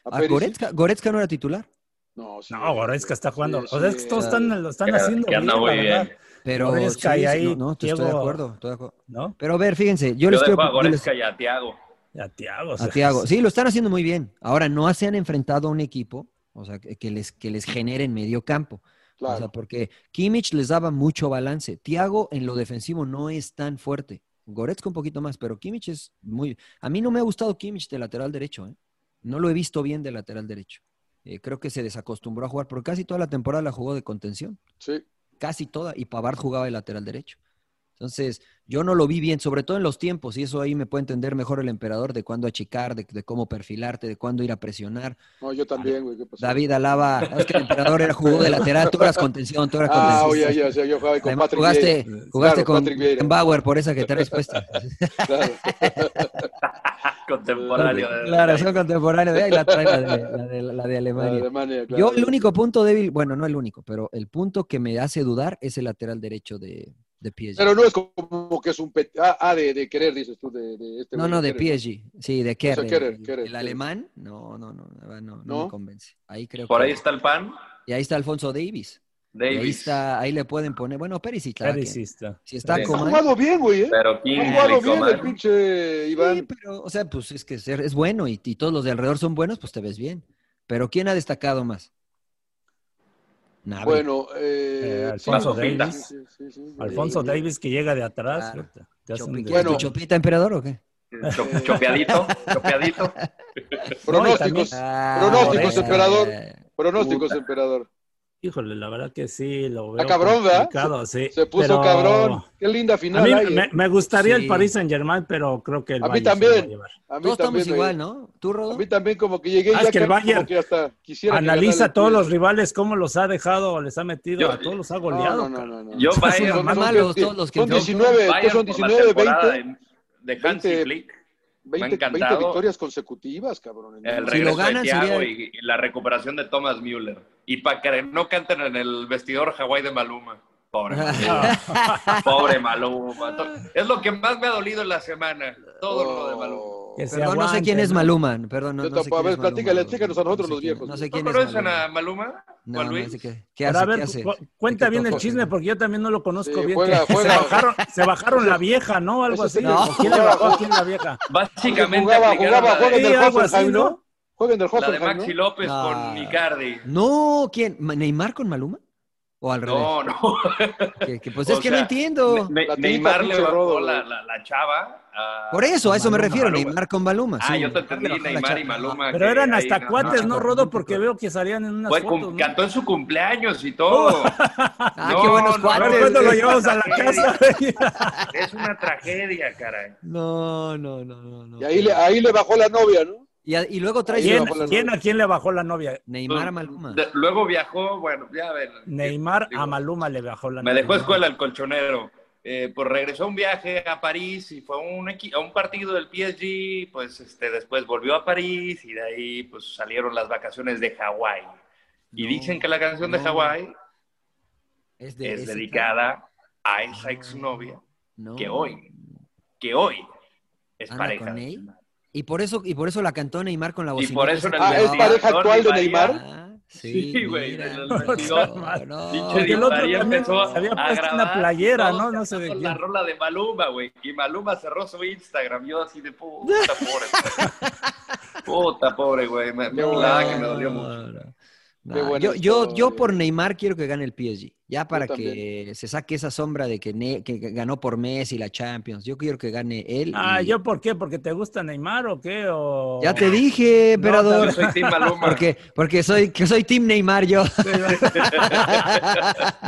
¿A Ah, Perisic? Goretzka, Goretzka no era titular. No, sí. No, Goretzka está jugando. Sí, o sea, sí, es que todos eh. están, lo están que, haciendo que anda bien, muy la bien. verdad. Pero Goretzka y sí, sí, ahí no, no, te estoy de Diego- acuerdo, estoy de acuerdo. ¿no? Pero a ver, fíjense, yo Yo, les dejo quiero... a yo les- Goretzka y a Thiago. A Tiago. A Thiago. Sí, lo están haciendo muy bien. Ahora, no se han enfrentado a un equipo, o sea, que que les, que les genere en medio campo. O sea, Claro. porque Kimmich les daba mucho balance. Thiago en lo defensivo no es tan fuerte. Goretzka un poquito más, pero Kimmich es muy... A mí no me ha gustado Kimmich de lateral derecho. ¿eh? No lo he visto bien de lateral derecho. Eh, creo que se desacostumbró a jugar, porque casi toda la temporada la jugó de contención Sí. casi toda, y Pavard jugaba de lateral derecho. Entonces, yo no lo vi bien, sobre todo en los tiempos, y eso ahí me puede entender mejor el emperador de cuándo achicar, de, de cómo perfilarte, de cuándo ir a presionar. No, yo también, güey. ¿Qué pasó? David Alaba, es que el emperador era jugó de lateral, tú eras contención, tú eras Ah, contención. oye, oye, o sea, yo jugaba con Además, Patrick jugaste, jugaste Claro, Patrick con, Vieira. con Bauer por esa que te respuesta. Vieira, claro. Contemporáneo. de- Claro, son contemporáneos. Ahí la trae la de, la de- la de Ah, Alemania. Alemania, claro. Yo el único punto débil, bueno, no el único, pero el punto que me hace dudar es el lateral derecho de, de PSG. Pero no es como que es un... pet- Ah, ah, de, de querer, dices tú, de, de este No, güey, no, de querer. PSG. Sí, de sea, Kerr. el- Kerrer, el, Kerrer, el Kerrer. alemán, no, no, no, la verdad, no, no, ¿No? me convence. Ahí creo Por que- ahí está el pan. Y ahí está Alfonso Davis. Y Davis. Ahí está, ahí le pueden poner, bueno, Perisic. la verdad que- Si está Sí. Ha Coman- jugado bien, güey, ¿eh? Pero Ha King, jugado bien el Coman. pinche Sí, Iván. pero, o sea, pues es que ser- es bueno y, y todos los de alrededor son buenos, pues te ves bien. Pero ¿quién ha destacado más? Nabri. Bueno, eh, Eh, Alfonso sí, sí, Davis. sí, sí, sí, sí. Alfonso Eh, Davis que llega de atrás. Claro. puta, te hace un Chopi- ¿qué desastre. es tu chopita, emperador, o qué? Cho- Chopeadito. Chopeadito. Pronósticos, también- Ah, ah, pronósticos, Goretzka. emperador. Pronósticos, Puta. emperador. Híjole, la verdad que sí, lo veo. cabrón, ¿verdad? complicado, sí, Se puso pero- cabrón. Qué linda A final. mí hay, eh. me, me gustaría Sí. el Paris Saint Germain, pero creo que el A mí Bayern se lo va a también. llevar. A mí Todos estamos también, igual, eh. ¿no? ¿Tú, A Rodo? mí también como que llegué Ah, ya es que el casi como Bayern que hasta quisiera que Analiza ganara a el todos PSG. los rivales, cómo los ha dejado, les ha metido, Yo- a todos los ha No, goleado. no, no, cara. no, no. Yo, Son- Bayern, son- más son malos die- todos los que Son entró. 19, ¿qué Bayern son por la 19, temporada 20, De, de Hansi 20. Flick. 20, encantado. 20 victorias consecutivas, cabrón. El Si lo regreso ganan, de Thiago sería- y, y la recuperación de Thomas Müller. Y para que no canten en el vestidor Hawái de Maluma. Pobre Maluma. Pobre Maluma. To- Es lo que más me ha dolido en la semana. Todo lo de Maluma. Oh. Que se Perdón, no sé aguante, quién es ¿no? Maluman. Perdón, no, Yo no sé tampoco, a quién ver, es Maluma, platícale, Rodo. explícanos a nosotros No los sé quién- viejos. No sé ¿No quién es conocen Maluma. a Maluma? No, Juan no, Luis? es de que- ¿qué Pero hace? a ¿Qué ver, pues, hace? cu- ¿De qué cuenta bien el toca? chisme porque yo también no lo conozco Sí, bien. juega, que juega. Se bajaron, se bajaron la vieja, ¿no? Algo así. Ese sí no. ¿O ¿Quién le bajó a quién la vieja? Básicamente Jugaba- aplicaron jugaba, la, juega de, en Sí, el algo así, Hoffenheim, ¿no? ¿no? Juega en el la de Hoffenheim, Maxi ¿no? López No. con Icardi. No, ¿quién? Ma- ¿Neymar con Maluma? ¿O al revés? No, no. Que- que, pues O es que no sea, entiendo. Ne- La Neymar tinta, le bajó pinche la, rodo, la- la chava. a- Por eso, a eso me Maluma, refiero, Maluma. Neymar con Maluma. Ah, sí. yo te entendí, Pero, Neymar y chao. Maluma. Pero que eran ahí hasta no- cuates, no, ¿no, no, Rodo? no, Porque no. veo que salían en unas Fue cum- fotos. ¿no? Cantó en su cumpleaños y todo. Ah, qué buenos A cuates. ver, ¿cuándo lo llevamos a la casa? Es una tragedia, caray. No, no, no, no. no. Y ahí le, ahí le bajó la novia, ¿no? Y a- y luego traes ¿Quién, le bajó la quién a quién le bajó la novia? Neymar a Maluma. De- luego viajó, bueno, ya ven. Neymar Digo, a Maluma le bajó la Me novia. dejó escuela el colchonero. Eh, pues regresó a un viaje a París y fue a un, equi- a un partido del PSG, pues este, después volvió a París y de ahí pues salieron las vacaciones de Hawái. Y No, dicen que la canción de no. Hawái Es, de- es ese- Ah. dedicada a esa exnovia No. que hoy. que hoy es ¿Anda pareja. con de él? Neymar. Y por eso, y por eso la cantó Neymar con la Y bocina. por eso en el Ah, ¿es vestidor, pareja actual de Di María, Neymar? Ah, sí, Sí, güey, mira. en el No, vestidor. no, Pinche Porque el otro María también empezó se había a puesto grabar una playera, todos ¿no? No sé de cantando la quién. rola de Maluma, güey. Y Maluma cerró su Instagram. Yo así de puta pobre. güey. puta pobre, güey. Me, me Qué volaba bueno. que me dolió mucho. No, Qué buena yo, yo, yo historia. por Neymar quiero que gane el PSG, ya para Yo que se saque esa sombra de que, Ne- que ganó por Messi la Champions. Yo quiero que gane él. Ah, y- ¿yo por qué? ¿Porque te gusta Neymar o qué? O... Ya te dije, emperador, Yo soy Team Maluma. porque, porque soy, que soy Team Neymar yo.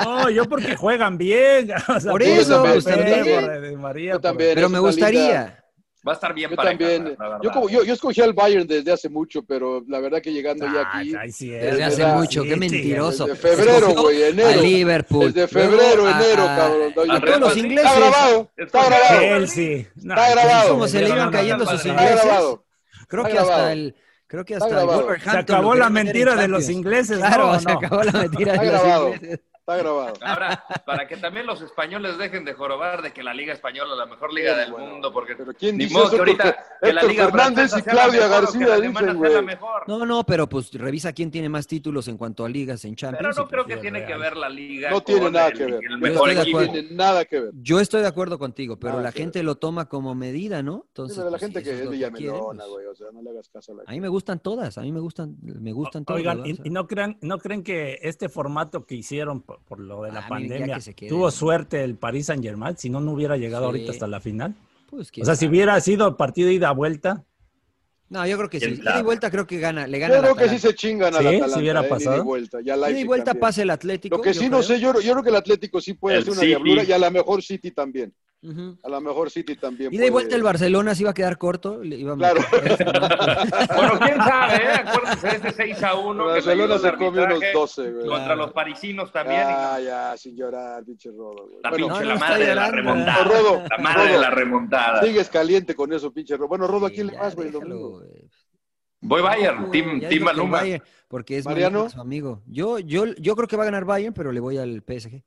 No, yo porque juegan bien. o sea, Por por eso, el pues, Pepe, también. por el María, Yo por el- también. pues, Pero me es una linda- gustaría. Va a estar bien Yo pareja, también. la verdad. Yo, como, yo, yo escogí al Bayern desde hace mucho, pero la verdad que llegando ya Ah, aquí. ay, sí, es Desde hace verdad. mucho, qué Sí, mentiroso. Desde febrero, Escogió güey, A enero. Liverpool. Desde luego febrero, a- enero, a- cabrón. A todos los ingleses. Está grabado, está grabado. Chelsea. No, Está grabado. Como se le iban cayendo sus Está ingleses. grabado. Creo que Está grabado. hasta el. Creo que hasta el grabado. Wolverhampton Se lo acabó quería la meter en mentira de los Champions. ingleses, Claro, ¿no? se No. acabó la mentira Está de los grabado. ingleses. Está grabado. Ahora, para que también los españoles dejen de jorobar de que la Liga Española es la mejor liga Sí, del bueno, mundo, porque Pero ¿quién ni dice modo eso? que ahorita Porque que la Héctor Liga Fernández francesa y sea la Claudia mejor o que la García alemana dicen, sea la güey. mejor. No, no, pero pues revisa quién tiene más títulos en cuanto a ligas en Champions. Pero no y, creo pues, que sí, tiene real. que ver la liga. No tiene con nada el- que ver. El Yo mejor estoy de equipo. acuerdo. tiene nada que ver. Yo estoy de acuerdo contigo, pero Ah, la sí. gente lo toma como medida, ¿no? Entonces, Pero la pues, sí, gente eso que es lo Ah, quiere, villamelona, pues. güey, o sea, no le hagas caso a la A mí me gustan todas, a mí me gustan, me gustan todas. Oigan, ¿verdad? y, O sea, y no crean, no creen que este formato que hicieron por, por lo de la Ah, miren, ya pandemia que se quede. tuvo suerte el Paris Saint Germain, si no, no hubiera llegado Sí. ahorita hasta la final. pues, O quién sea, si sabe. hubiera sido partido ida vuelta, No, yo creo que sí. ¿Quién Ida y sabe? vuelta creo que gana, le gana Yo al creo que sí Atalanta. se chingan a Sí, la si Atalanta. hubiera eh, ida y pasado. vuelta, y al Ida y Leipzig vuelta también. pasa el Atlético. Lo que yo sí no creo. sé, yo, yo creo que el Atlético sí puede El hacer una City. diablura y a lo mejor City también. Ujú. A lo mejor City también. Ida Y de puede- vuelta el Barcelona se iba a quedar corto. le iba a Claro. meter eso, ¿no? Bueno, quién sabe, ¿eh? Acuérdense de ese 6 a 1. que le ayudó Barcelona el se comió unos arbitraje 12, güey. Contra Claro. los parisinos también. Ah, ya, sin llorar, pinche Rodo, güey. La Bueno, pinche, no, la no, madre está de la llorando. remontada. Rodo, La madre de Rodo. la remontada. sigues caliente con eso, pinche Rodo. Bueno, Rodo, ¿a Sí, quién le ya, vas, güey, el déjalo, domingo? güey. Voy Bayern, No, Team, ya team dijo que el Maluma. Bayern, porque es Mariano. Maluma, su amigo. Yo, yo, yo creo que va a ganar Bayern, pero le voy al PSG.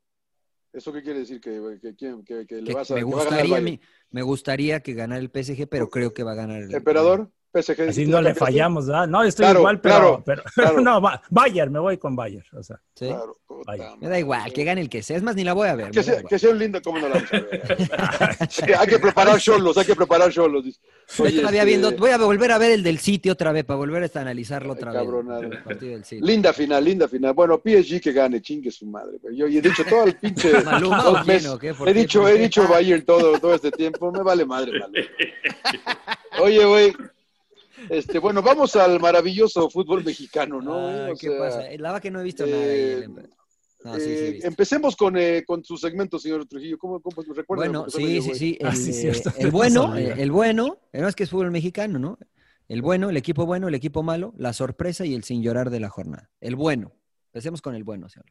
¿Eso qué quiere decir? Que, güey, que, quién- que- que le Que vas a, me, que va a ganar gustaría, el a Bayern? mí- me gustaría que ganara el PSG, pero creo que va a ganar el Emperador, PSG. así ¿tú no le cambiaste? fallamos, ¿verdad? No, estoy Claro, igual, pero, claro, pero- claro. no, va- Bayern, me voy con Bayern. O sea, Sí. Claro, puta ¿eh? Vaya. Me da igual, que gane el que sea. Es más, ni la voy a ver. Ah, me Que da sea, igual. que sea un lindo, ¿cómo no la vamos a ver? Sí, hay que preparar solos, hay que preparar solos. Yo todavía este- viendo- voy a volver a ver el del City otra vez, para volver a analizarlo Ay, otra cabronada. vez. El partido del City. Linda final, linda final. Bueno, PSG que gane, chingue su madre. güey. Yo he dicho todo el pinche. ¿Maluma dos o quién meses. o qué? ¿Por He qué? dicho, ¿Por he qué? Ah, dicho Bayern todo, todo este tiempo. Me vale madre, Maluma. Oye, güey. Este, bueno, vamos al maravilloso fútbol mexicano, ¿no? Ah, güey? O ¿Qué sea, pasa? La verdad que no he visto eh, nada. ahí, el empe- No, sí, sí he eh, visto. empecemos con, eh, con su segmento, señor Trujillo. ¿Cómo, cómo recuerda? Bueno, sí, sí, sí. El, Ah, sí, eh, cierto, el se bueno, nos olvida. eh, el bueno, eh, no es que es fútbol mexicano, ¿no? El bueno, el equipo bueno, el equipo malo, la sorpresa y el sin llorar de la jornada. El bueno. Empecemos con el bueno, señor.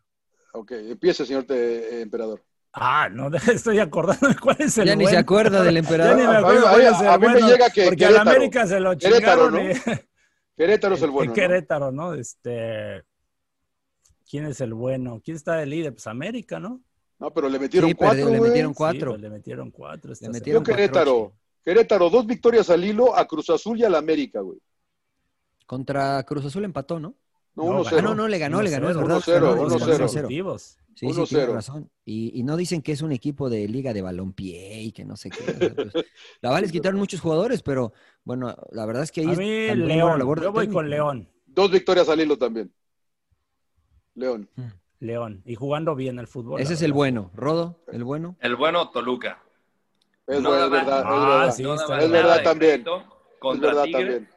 Ok, empieza, señor te- eh, emperador. ah, no, estoy acordando de cuál es el ya ni se bueno. acuerda del Ya ni me emperador. acuerdo A mí- cuál a- es el a mí me bueno, llega que Porque al Querétaro. América se lo Querétaro, chingaron. ¿no? eh. Querétaro es el En- bueno. en ¿no? Querétaro, ¿no? Este. ¿Quién es el bueno? ¿Quién está de líder? Pues América, ¿no? No, pero le metieron Sí, cuatro. perdió, le güey. Sí, metieron cuatro. pues, le metieron cuatro. esta Le semana. metieron Yo Querétaro. cuatro, Querétaro, dos victorias al hilo a Cruz Azul y al América, güey. Contra Cruz Azul empató, ¿no? No, No, 1-0. Ah, no, no, le ganó, le ganó, es verdad. 1-0, ganó, Los le ganó 1-0. 1-0. consecutivos. Sí, sí, 1-0. tienes razón. Y, y no dicen que es un equipo de liga de balompié y que no sé qué. o sea, pues, la verdad les quitaron muchos jugadores, pero bueno, la verdad es que ahí A es mí, tan buena León. labor del Yo voy técnico, con ¿no? León. Dos victorias al hilo también. León. Mm. León. Y jugando bien el fútbol. Ese la es el verdad. bueno. Rodo, el bueno. El bueno Toluca. Es, No bueno, es daba- verdad, es Ah, verdad. sí, No daba está nada Es verdad de también. crédito es Contra verdad Tigres. también.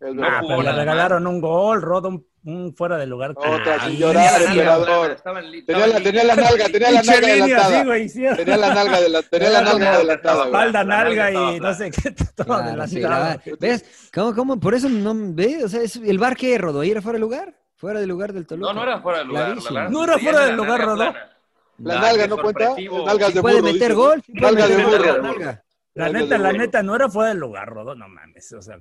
Es No Ah, verdad. jugó pero le nada más. regalaron un gol, Rodo un, un fuera de lugar. Otra, sin Ay, llorar, sí, emperador. Estaba en li- Tenía estaba la, en tenía li- la nalga, tenía la pinche nalga línea así, adelantada. güey, sí. Tenía la nalga de la, tenía la Era nalga como adelantada, güey. Espalda, La nalga nalga y estaba no sé qué, todo Claro, sí, la adelantado. verdad. ¿Ves? ¿Cómo, cómo? Por eso no ve. O sea, es el bar que Rodo, ¿Ahí era fuera de lugar. Fuera de lugar del Toluca. No, no era fuera de lugar. Clarísimo. la- No era la- fuera la- del lugar, nalga Rodó. plana. La Nah, nalga qué no cuenta. sorpresivo. Nalgas Sí de puede burro. meter dicen. gol. sí puede Nalga meter de gol, burro. nalga. La Nalga de neta, la burro. neta, no era fuera del lugar, Rodo, no mames. O sea,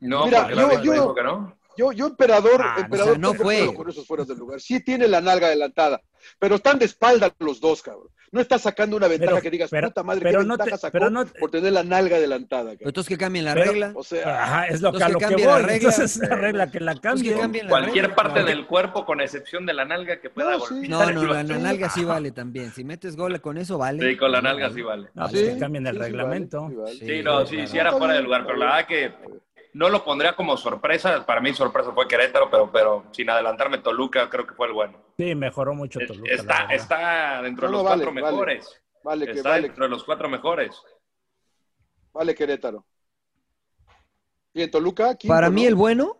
No, Mira, porque la yo- regla yo- dijo que no. Yo, yo emperador, Ah, no, emperador, o sea, no estoy de fue. acuerdo con esos fueras del lugar. Sí tiene la nalga adelantada, pero están de espalda los dos, cabrón. No está sacando una ventaja Pero- que digas, pero- puta madre, pero qué no te- ventaja sacó pero no te- por tener la nalga adelantada, Pero cabrón. entonces que cambien la Pero- Ah, regla. O sea, ajá, es lo que, Entonces a que lo que cambie voy. la regla. Entonces, la regla que la Entonces que cambie. cambien la Cualquier regla, parte claro. del cuerpo, con excepción de la nalga, que pueda No, sí. golpear No, el no, la, la balón. nalga sí vale también. Si metes gol con eso, vale. Sí, con la nalga sí vale. No, Sí, pues que cambien el sí, sí, reglamento. vale, sí, vale. Sí, no, sí, claro. sí era fuera de lugar, pero la verdad que no lo pondría como sorpresa. Para mí sorpresa fue Querétaro, pero, pero sin adelantarme Toluca creo que fue el bueno. Sí, mejoró mucho Toluca. la está, verdad. está dentro de No, los no, vale, cuatro vale. mejores. Vale, que Está vale, dentro de los cuatro mejores. vale Querétaro. Y en Toluca, quinto, Para ¿no? mí el bueno,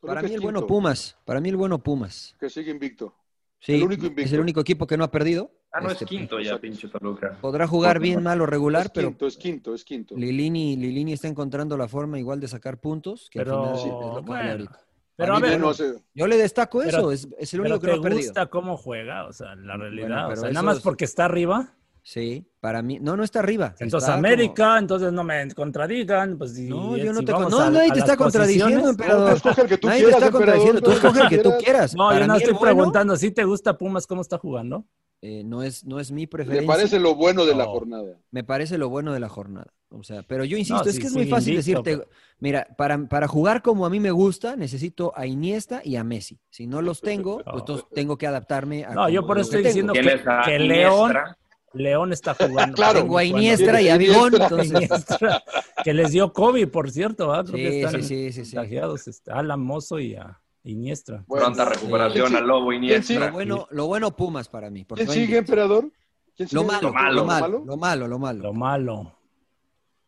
Toluca para es mí el bueno quinto, Pumas. Para mí el bueno Pumas. Que sigue invicto. Sí, El único es invicto. el único equipo que no ha perdido. Ah, no Este, es quinto ya, pinche Toluca. Podrá jugar bien, mal o regular, es pero quinto, es quinto, es quinto. Lilini, Lilini está encontrando la forma igual de sacar puntos, que Pero, al final es lo que vale bueno. ahorita. Pero A a mí ver, no, no sé. Yo le destaco Pero- eso, es, es el pero único que te no ha perdido. gusta cómo juega, o sea, la realidad. pero o sea, eso nada más es- porque está arriba. Sí, para mí. No, no está arriba. Entonces Está América, entonces no me contradigan. Pues, si- como- No, yo no si te vamos con- No, a- nadie a las te está contradiciendo, posiciones- Tú emperador. escoge el que tú Nadie te quieras, está contradiciendo. emperador, Tú escoge el que tú quieras. quieras. No, Para yo no mí el estoy bueno, preguntando si te gusta Pumas cómo está jugando. eh, no, es, no es mi Me preferencia. parece lo bueno de la No. jornada. me parece lo bueno de la jornada. O sea, pero yo insisto, No, es sí, que es sí, muy fácil invicto, decirte, mira, para, para jugar como a mí me gusta, necesito a Iniesta y a Messi. Si no los tengo, pues No. entonces tengo que adaptarme a... No, yo como por lo eso que estoy diciendo tengo. Tienes que- a que Iniestra. León está jugando. Claro. Cuando- Tengo a Iniestra y a Iniestra. Bigón, entonces... Iniestra, que les dio COVID, por cierto. ¿ah? Creo que Sí, están sí, sí, sí, sí. contagiados. este, Alan Mozo y a Iniestra. Bueno. Pronta recuperación Sí. al Lobo Lo Iniestra. bueno, lo bueno Pumas para mí. porque ¿Quién no sigue, invicto. emperador? ¿Quién Lo sigue? malo, malo. lo malo, lo malo, lo malo. Lo malo.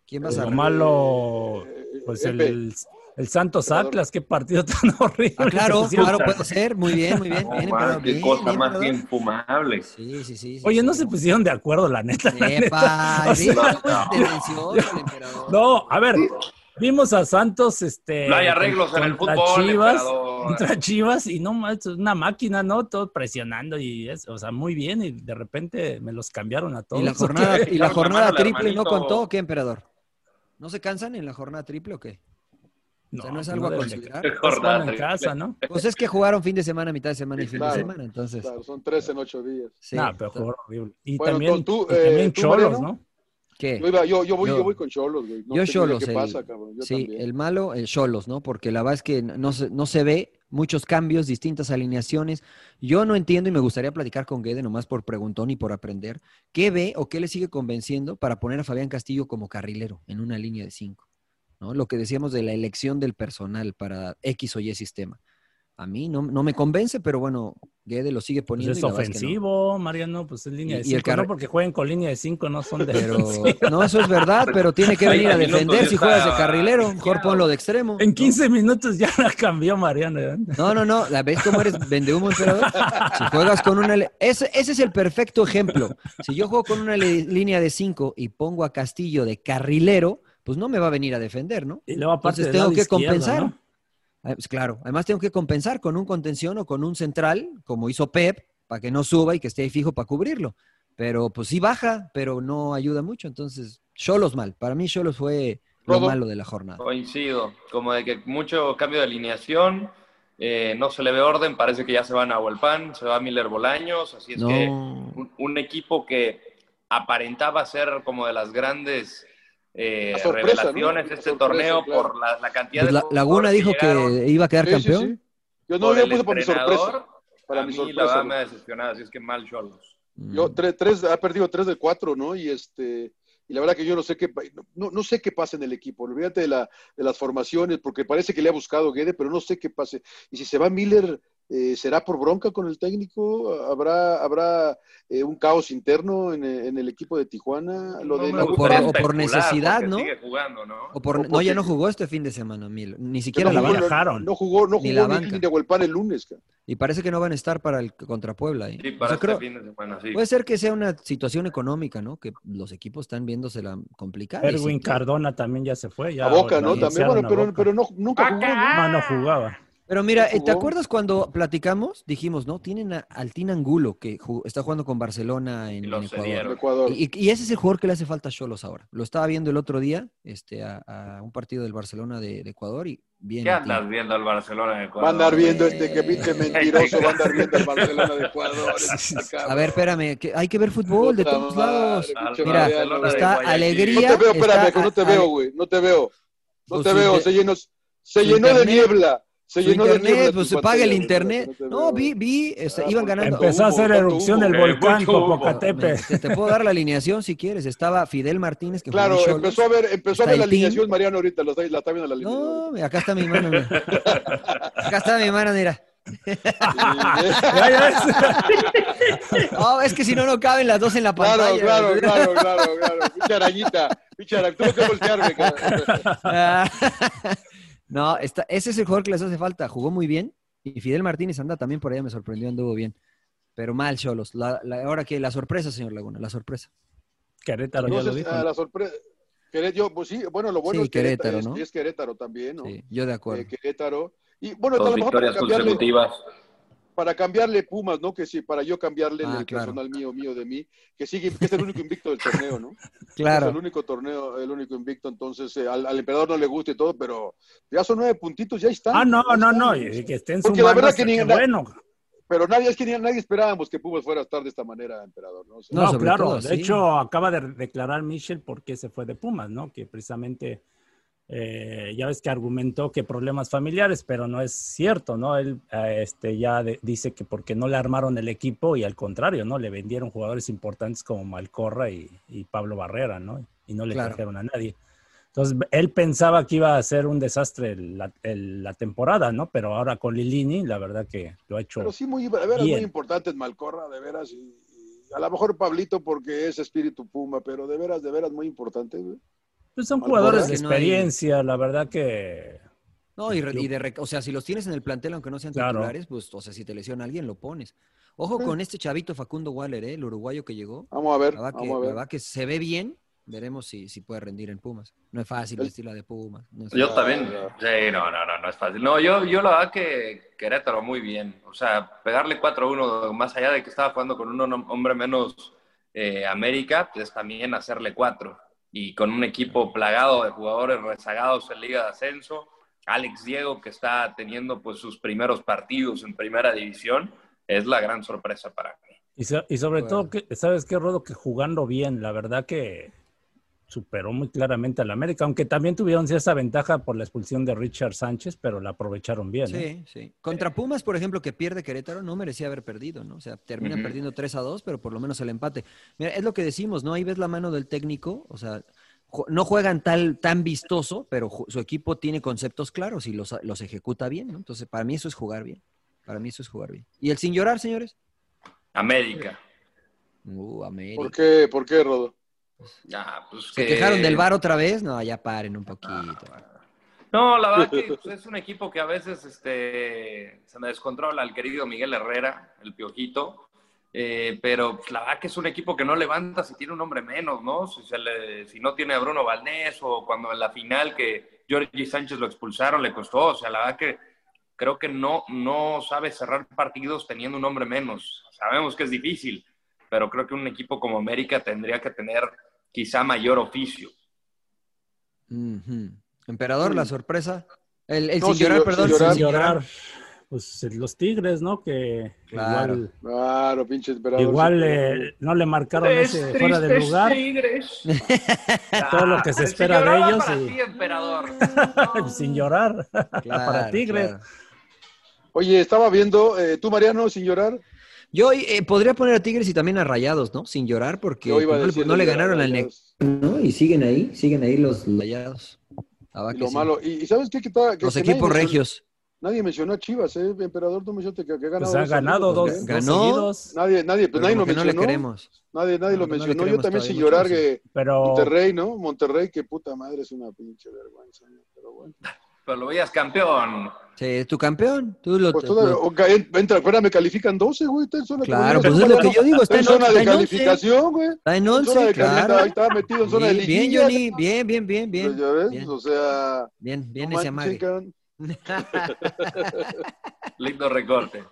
¿Quién vas a Lo Pues, malo, Eh, pues eh, el, Pepe. el, Santos Atlas, qué partido tan horrible. Ah, claro, pues, Por cierto. claro, puede ser. Muy bien, muy bien. No, man, bien, emperador, qué bien, cosa bien, más emperador. infumable. Sí, sí, sí. sí, Oye, no sí. se pusieron de acuerdo, la neta. la Epa, neta. O sí, sea, no, tendencioso el emperador. no, a ver, vimos a Santos, este. No hay arreglos en el contra fútbol, Chivas, emperador. contra Chivas y no más, una máquina, ¿no? Todos presionando y es, o sea, muy bien y de repente me los cambiaron a todos. Y la jornada, y la Echamos la jornada mano al triple no hermanito. contó, ¿o ¿qué, emperador? ¿No se cansan en la jornada triple o qué? O sea, no, es algo a pues, deben de- considerar. Estás jugando Jornada en triple. casa, ¿no? Pues es que jugaron fin de semana, mitad de semana y fin Claro. de semana, entonces. Claro, son tres en ocho días. Sí. Nah, pero jugó horrible. Y Bueno, también, tú- y eh, también tú, Cholos, Mariano. ¿no? ¿Qué? Yo, iba- yo, yo voy, Yo- yo voy con Cholos, güey. yo No tengo idea Cholos, ¿Qué el- pasa, cabrón? Yo sí, también. el malo, el Cholos, ¿no? Porque la verdad es que no se, no se ve muchos cambios, distintas alineaciones. Yo no entiendo y me gustaría platicar con Guede nomás por preguntón y por aprender. ¿Qué ve o qué le sigue convenciendo para poner a Fabián Castillo como carrilero en una línea de cinco? ¿no? Lo que decíamos de la elección del personal para X o Y sistema. A mí no, no me convence, pero bueno, Guede lo sigue Pues poniendo. es y la verdad es que no. ofensivo, Mariano, pues es línea Y- de y el 5. carre- No porque jueguen con línea de 5, no son de Pero no, eso es verdad, pero tiene que venir a Ay, minutos defender si está- juegas de carrilero, mejor ponlo de extremo. En ¿no? 15 minutos ya la cambió Mariano. ¿eh? No, no, no. ¿La ves cómo eres vendehumo, emperador? Si juegas con una... le- Ese, ese es el perfecto ejemplo. Si yo juego con una le- línea de 5 y pongo a Castillo de carrilero, pues no me va a venir a defender, ¿no? Y luego aparte Entonces del tengo lado que izquierdo, compensar. ¿no? Ah, pues claro. Además tengo que compensar con un contención o con un central, como hizo Pep, para que no suba y que esté ahí fijo para cubrirlo. Pero pues sí baja, pero no ayuda mucho. Entonces, Cholos mal. Para mí Cholos fue lo Rodo. malo de la jornada. Coincido, como de que mucho cambio de alineación, eh, no se le ve orden, parece que ya se van a Huelpan, se va Miller Bolaños, así es que No. un, un equipo que aparentaba ser como de las grandes eh, La sorpresa, revelaciones ¿no? de La este sorpresa, torneo claro. por la, la cantidad Pues de la- Laguna dijo que iba a quedar Sí, sí, campeón. sí. Yo no, yo puse por mi sorpresa. Para Para mi mí sorpresa. la verdad güey. me ha decepcionado, así es que mal Cholos. Yo, Mm. tres, tres, ha perdido tres de cuatro, ¿no? Y este, y la verdad que yo no sé qué, pa- no, no sé qué pasa en el equipo. Olvídate de, la, de las formaciones, porque parece que le ha buscado Guede, pero no sé qué pase. Y si se va Miller, eh, ¿será por bronca con el técnico? ¿Habrá, habrá eh, un caos interno en, e- en el equipo de Tijuana? Lo No de me la- o gusta por- o por especular, necesidad, porque ¿no? sigue jugando, ¿no? O por- O no, ya porque- no jugó este fin de semana, Mil. Ni siquiera Pero la Quiero lo jugó banca. la- bajaron. no jugó, no Ni jugó la ni, banca. ni Agualpan el lunes. cara. Y parece que no van a estar para el contra Puebla. ¿eh? Sí, O para sea, este creo- Pues fin de semana, sí. puede ser que sea una situación económica, ¿no? Que los equipos están viéndosela complicada. y Erwin sí. Cardona también ya se fue. Ya a Boca, ¿no? lo También, anunciaron bueno, a pero, Boca. pero no, nunca jugó. ¿no? No, no jugaba. Pero mira, No eh, ¿te jugó. acuerdas cuando platicamos? Dijimos, ¿no? Tienen a Altín Angulo, que ju- está jugando con Barcelona Y en, lo en Ecuador. cedieron. En Ecuador. Y, y- y ese es el jugador que le hace falta a Cholos ahora. Lo estaba viendo el otro día este, a, a un partido del Barcelona de, de Ecuador y bien. ¿Qué Altín. andas viendo al Barcelona en Ecuador? Va a andar viendo este Eh. que pinche mentiroso, va a andar viendo al Barcelona de Ecuador. este cabrón. A ver, espérame, que hay que ver fútbol de Puta todos madre, lados. Al pinche Mira, Mariano, Barcelona güey. de está Guayaquil. alegría. No te veo, está- espérame, que no te a- veo, a- güey. No te veo. No Pues te su veo. inter- Se llenó, se su llenó de internet- niebla. Se su llenó de niebla. internet, pues tu se paga el pantalla, internet. no te No, veo. vi, vi, este, Ah, iban porque ganando. este, empezó Empezó a hacer tanto erupción humo. el Eh, volcán mucho humo. Popocatépetl. Te, te puedo dar la alineación si quieres. Estaba Fidel Martínez que jugó en Claro, Xolos. empezó a ver, empezó a Está ver la Haití. alineación Mariano ahorita, la está, la está viendo la alineación. No, mira, acá está mi mano. mira. Acá está mi mano, mira. Ya, ya ves. No, es que si no, no caben las dos en la Claro, pantalla. claro, claro, claro, claro. Pinche arañita, pinche araña. Tuve que voltearme, cara. Ah, no, está, ese es el jugador que les hace falta. Jugó muy bien. Y Fidel Martínez anda también por allá, me sorprendió, anduvo bien. Pero mal, Cholos. La, la- ahora que la sorpresa, señor Laguna, la sorpresa. Querétaro ya lo Entonces, dijo. a la sorpresa. Querétaro, yo, pues sí, bueno, lo bueno Sí, es Querétaro, Querétaro, es- ¿no? es, Querétaro también, ¿no? Sí, yo de acuerdo. Eh, Querétaro. Y bueno, hasta Dos a lo mejor para victorias cambiarle, consecutivas. para cambiarle Pumas, ¿no? Que sí, para yo cambiarle Ah, el claro. personal mío, mío de mí, que sigue, que es el único invicto del torneo, ¿no? Es el Claro. único torneo, el único invicto, entonces eh, al, al emperador no le gusta y todo, pero ya son nueve puntitos, ya están. Ah, no, ya no, están. no, y que estén Porque sumando. la verdad hasta que ni- que bueno. Pero nadie, es que ni- nadie esperábamos que Pumas fuera a estar de esta manera, emperador, ¿no? O sea, No, No, sobre claro. todo, de sí. hecho, acaba de declarar Michel por qué se fue de Pumas, ¿no? Que precisamente, eh, ya ves que argumentó que problemas familiares, pero no es cierto, ¿no? Él eh, este, ya de- dice que porque no le armaron el equipo y al contrario, ¿no? Le vendieron jugadores importantes como Malcorra y, y Pablo Barrera, ¿no? Y no le Claro. trajeron a nadie. Entonces, él pensaba que iba a ser un desastre la, el- la temporada, ¿no? Pero ahora con Lilini, la verdad que lo ha hecho. Pero sí, muy, de veras, muy Bien. importante en Malcorra, de veras. Y, y a lo mejor Pablito, porque es espíritu Puma, pero de veras, de veras, muy importante. güey. Pues son Malcorra. jugadores de Que no hay- experiencia, la verdad que No, y, re- y de, rec- o sea, si los tienes en el plantel, aunque no sean Claro. titulares, pues, o sea, si te lesiona alguien, lo pones. Ojo Sí. con este chavito Facundo Waller, ¿eh? el uruguayo que llegó. Vamos a ver, La verdad, que, vamos a la ver. verdad que se ve bien. Veremos si, si puede rendir en Pumas. No es fácil El- vestir la de Pumas. no es Yo Ah, fácil. también. ya. Sí, no, no, no, no es fácil. No, yo, yo la verdad que Querétaro muy bien. O sea, pegarle 4-1, más allá de que estaba jugando con un hom- hombre menos eh, América, pues también hacerle 4. Y con un equipo plagado de jugadores rezagados en Liga de Ascenso, Alex Diego que está teniendo pues sus primeros partidos en Primera División, es la gran sorpresa para mí. Y, so- y sobre Bueno. todo, que, ¿sabes qué, Rodo? Que jugando bien, la verdad que superó muy claramente al América, aunque también tuvieron esa ventaja por la expulsión de Richard Sánchez, pero la aprovecharon bien. ¿eh? Sí, sí. Contra Pumas, por ejemplo, que pierde Querétaro, no merecía haber perdido, ¿no? O sea, termina Ujú. perdiendo 3 a 2, pero por lo menos el empate. Mira, es lo que decimos, ¿no? Ahí ves la mano del técnico, o sea, ju- no juegan tal, tan vistoso, pero ju- su equipo tiene conceptos claros y los, los ejecuta bien, ¿no? Entonces, para mí eso es jugar bien. Para mí eso es jugar bien. ¿Y el sin llorar, señores? América. Uh, América. ¿Por qué, por qué, Rodo? Ah, pues ¿Se que- quejaron Eh. del bar otra vez? No, ya paren un poquito. No, la verdad que pues, es un equipo que a veces este, se me descontrola el querido Miguel Herrera, el piojito, eh, pero pues, la verdad que es un equipo que no levanta si tiene un hombre menos, ¿no? Si, se le- si no tiene a Bruno Valdés o cuando en la final que Jorge Sánchez lo expulsaron le costó, o sea, la verdad que creo que no, no sabe cerrar partidos teniendo un hombre menos. Sabemos que es difícil, pero creo que un equipo como América tendría que tener quizá mayor oficio. Ujú. Emperador, la Mm. sorpresa. El, el No, sin sin llorar, llo- perdón. sin llorar. Sin llorar, pues los Tigres, ¿no? Que Claro. igual, Claro, pinche emperador. igual, sí, eh, no le marcaron ese fuera de lugar. tigres. Ah, Todo lo que se espera de ellos Para y- ti, emperador. Sin llorar, para Tigres. claro. Oye, estaba viendo, eh, tú, Mariano, sin llorar. Yo eh, podría poner a Tigres y también a Rayados, ¿no? Sin llorar, porque Yo iba a no, le- decir no le de llorar, ganaron al ya Necaxa, ves. ¿no? Y siguen ahí, siguen ahí los Rayados. La verdad Y que lo sí. malo. Y, y ¿sabes qué? Que ta- que- los que nadie equipos mencionó- regios. Nadie mencionó a Chivas, ¿eh? Emperador, tú mencionaste que, que ha ganado. Pues ha dos ganado seguidos, dos, ¿eh? dos Ganó. seguidos, Nadie, nadie, pues pero nadie lo como que no mencionó. le queremos. Nadie, nadie No, lo no le mencionó. Yo queremos también sin todavía, llorar mucho, que pero Monterrey, ¿no? Monterrey, que puta madre, es una pinche vergüenza, ¿no? Pero bueno. Pero lo veías campeón. Sí, tu campeón. Tú lo, Pues todavía, lo- o ca- en- entra, espera, me califican 12, güey. Está en zona claro, está pues en es zona- lo que yo digo. Está Está en en, zona de está en once, calificación, güey. Está en En zona 11, de calificación, claro. ahí está metido en zona de Bien, bien, liguilla. Johnny. Bien, bien, bien, Pues bien. ya ves, Bien, o sea, bien, bien no ese manchen, amague. cabrón. Lindo recorte.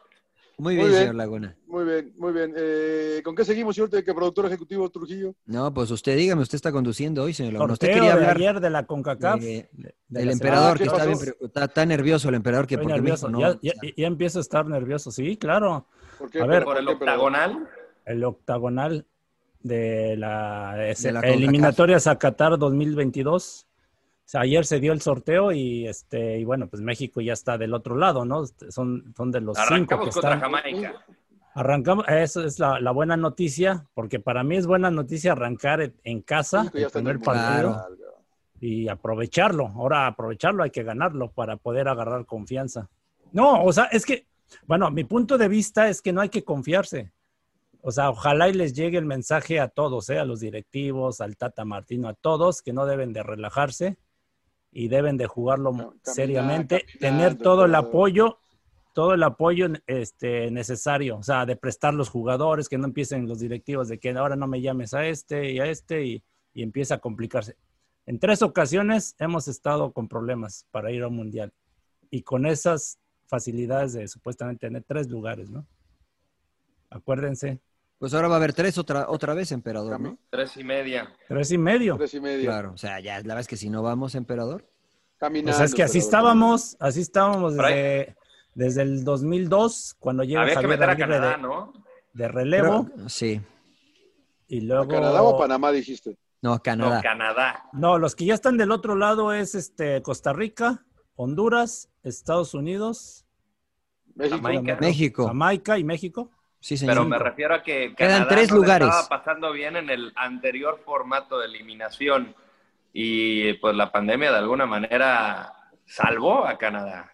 Muy Muy bien, bien. señor Laguna. Muy bien, muy bien. Eh, ¿Con qué seguimos, señor que productor ejecutivo Trujillo? No, pues usted dígame, usted está conduciendo hoy, señor Laguna. Usted sorteo quería de hablar ayer de la CONCACAF. de- de- de del la emperador, Ah, ¿qué que está, pasó? bien, preocu- está, está nervioso el emperador, que Estoy porque nervioso, México no. ya, ya- ya empiezo a estar nervioso, sí, claro. ¿Por qué, A ver. Por el ¿Por qué, pero- octagonal. El octagonal de la, es- De la CONCACAF. eliminatorias a Qatar 2022. O sea, ayer se dio el sorteo y este y bueno, pues México ya está del otro lado, ¿no? Este, Son, son de los cinco que Arrancamos contra están. Jamaica. Arrancamos, esa es la, la buena noticia, porque para mí es buena noticia arrancar en, en casa México ya el está en primer el Mundial, partido Claro. cabrón. y aprovecharlo. Ahora aprovecharlo hay que ganarlo para poder agarrar confianza. No, o sea, es que, bueno, mi punto de vista es que no hay que confiarse. O sea, ojalá y les llegue el mensaje a todos, ¿eh? a los directivos, al Tata Martino, a todos, que no deben de relajarse y deben de jugarlo Cam- caminar, seriamente, caminar, tener todo el doctor. apoyo, todo el apoyo este, necesario, o sea, de prestar los jugadores, que no empiecen los directivos de que ahora no me llames a este y a este y, y empieza a complicarse. En tres ocasiones hemos estado con problemas para ir a un mundial y con esas facilidades de supuestamente tener tres lugares, ¿no? Acuérdense, Pues ahora va a haber tres otra, otra vez, emperador, ¿no? Tres y media. tres y medio. Tres y media. Claro, o sea, ya la verdad es que si no vamos, emperador. O Caminando. sea, es que así pero- estábamos, así estábamos Por ahí. desde, desde el 2002, cuando llega Había que Javier meter a Aguirre Canadá, de, ¿no? de relevo Pero- sí, y ¿A luego... Canadá o a Panamá dijiste? no, Canadá. No, Canadá. No, los que ya están del otro lado es este Costa Rica, Honduras, Estados Unidos, México. Jamaica. Jamaica, México. Jamaica y México. Sí, señor. Pero me refiero a que Quedan Canadá tres no le lugares. estaba pasando bien en el anterior formato de eliminación y pues la pandemia de alguna manera salvó a Canadá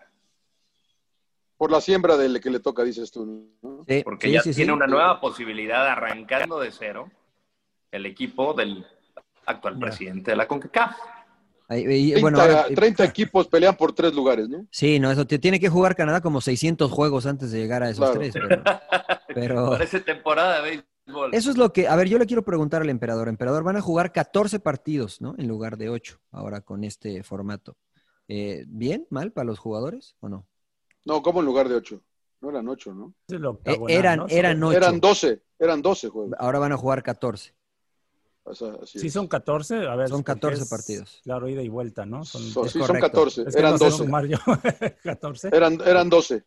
Por la siembra del que le toca, dices tú. ¿no? Sí, porque sí, ya sí, sí. tiene una nueva posibilidad arrancando de cero el equipo del actual Ya. presidente de la CONCACAF. Ahí- ahí- 30, bueno, eh, ahora- 30 equipos pelean por tres lugares, ¿no? Sí, no, eso te- tiene que jugar Canadá como 600 juegos antes de llegar a esos Claro. tres. Pero, Oh. pero Parece temporada de béisbol. eso es lo que. A ver, yo le quiero preguntar al emperador. Emperador, van a jugar 14 partidos, ¿no? En lugar de 8 ahora con este formato. Eh, ¿Bien? ¿Mal para los jugadores o no? No, como en lugar de ocho. No eran ocho, ¿no? Es el Eh, octagonal, eran ¿no? eran 8. Eran 12. Eran 12 juegos. Ahora van a jugar 14. O sea, así Sí, es. son 14, a ver. Son porque 14 es, partidos. Claro, ida y vuelta, ¿no? Son, So- es sí, son correcto. 14. es que Eran no sé 12. sumar yo. 14. Eran, eran 12.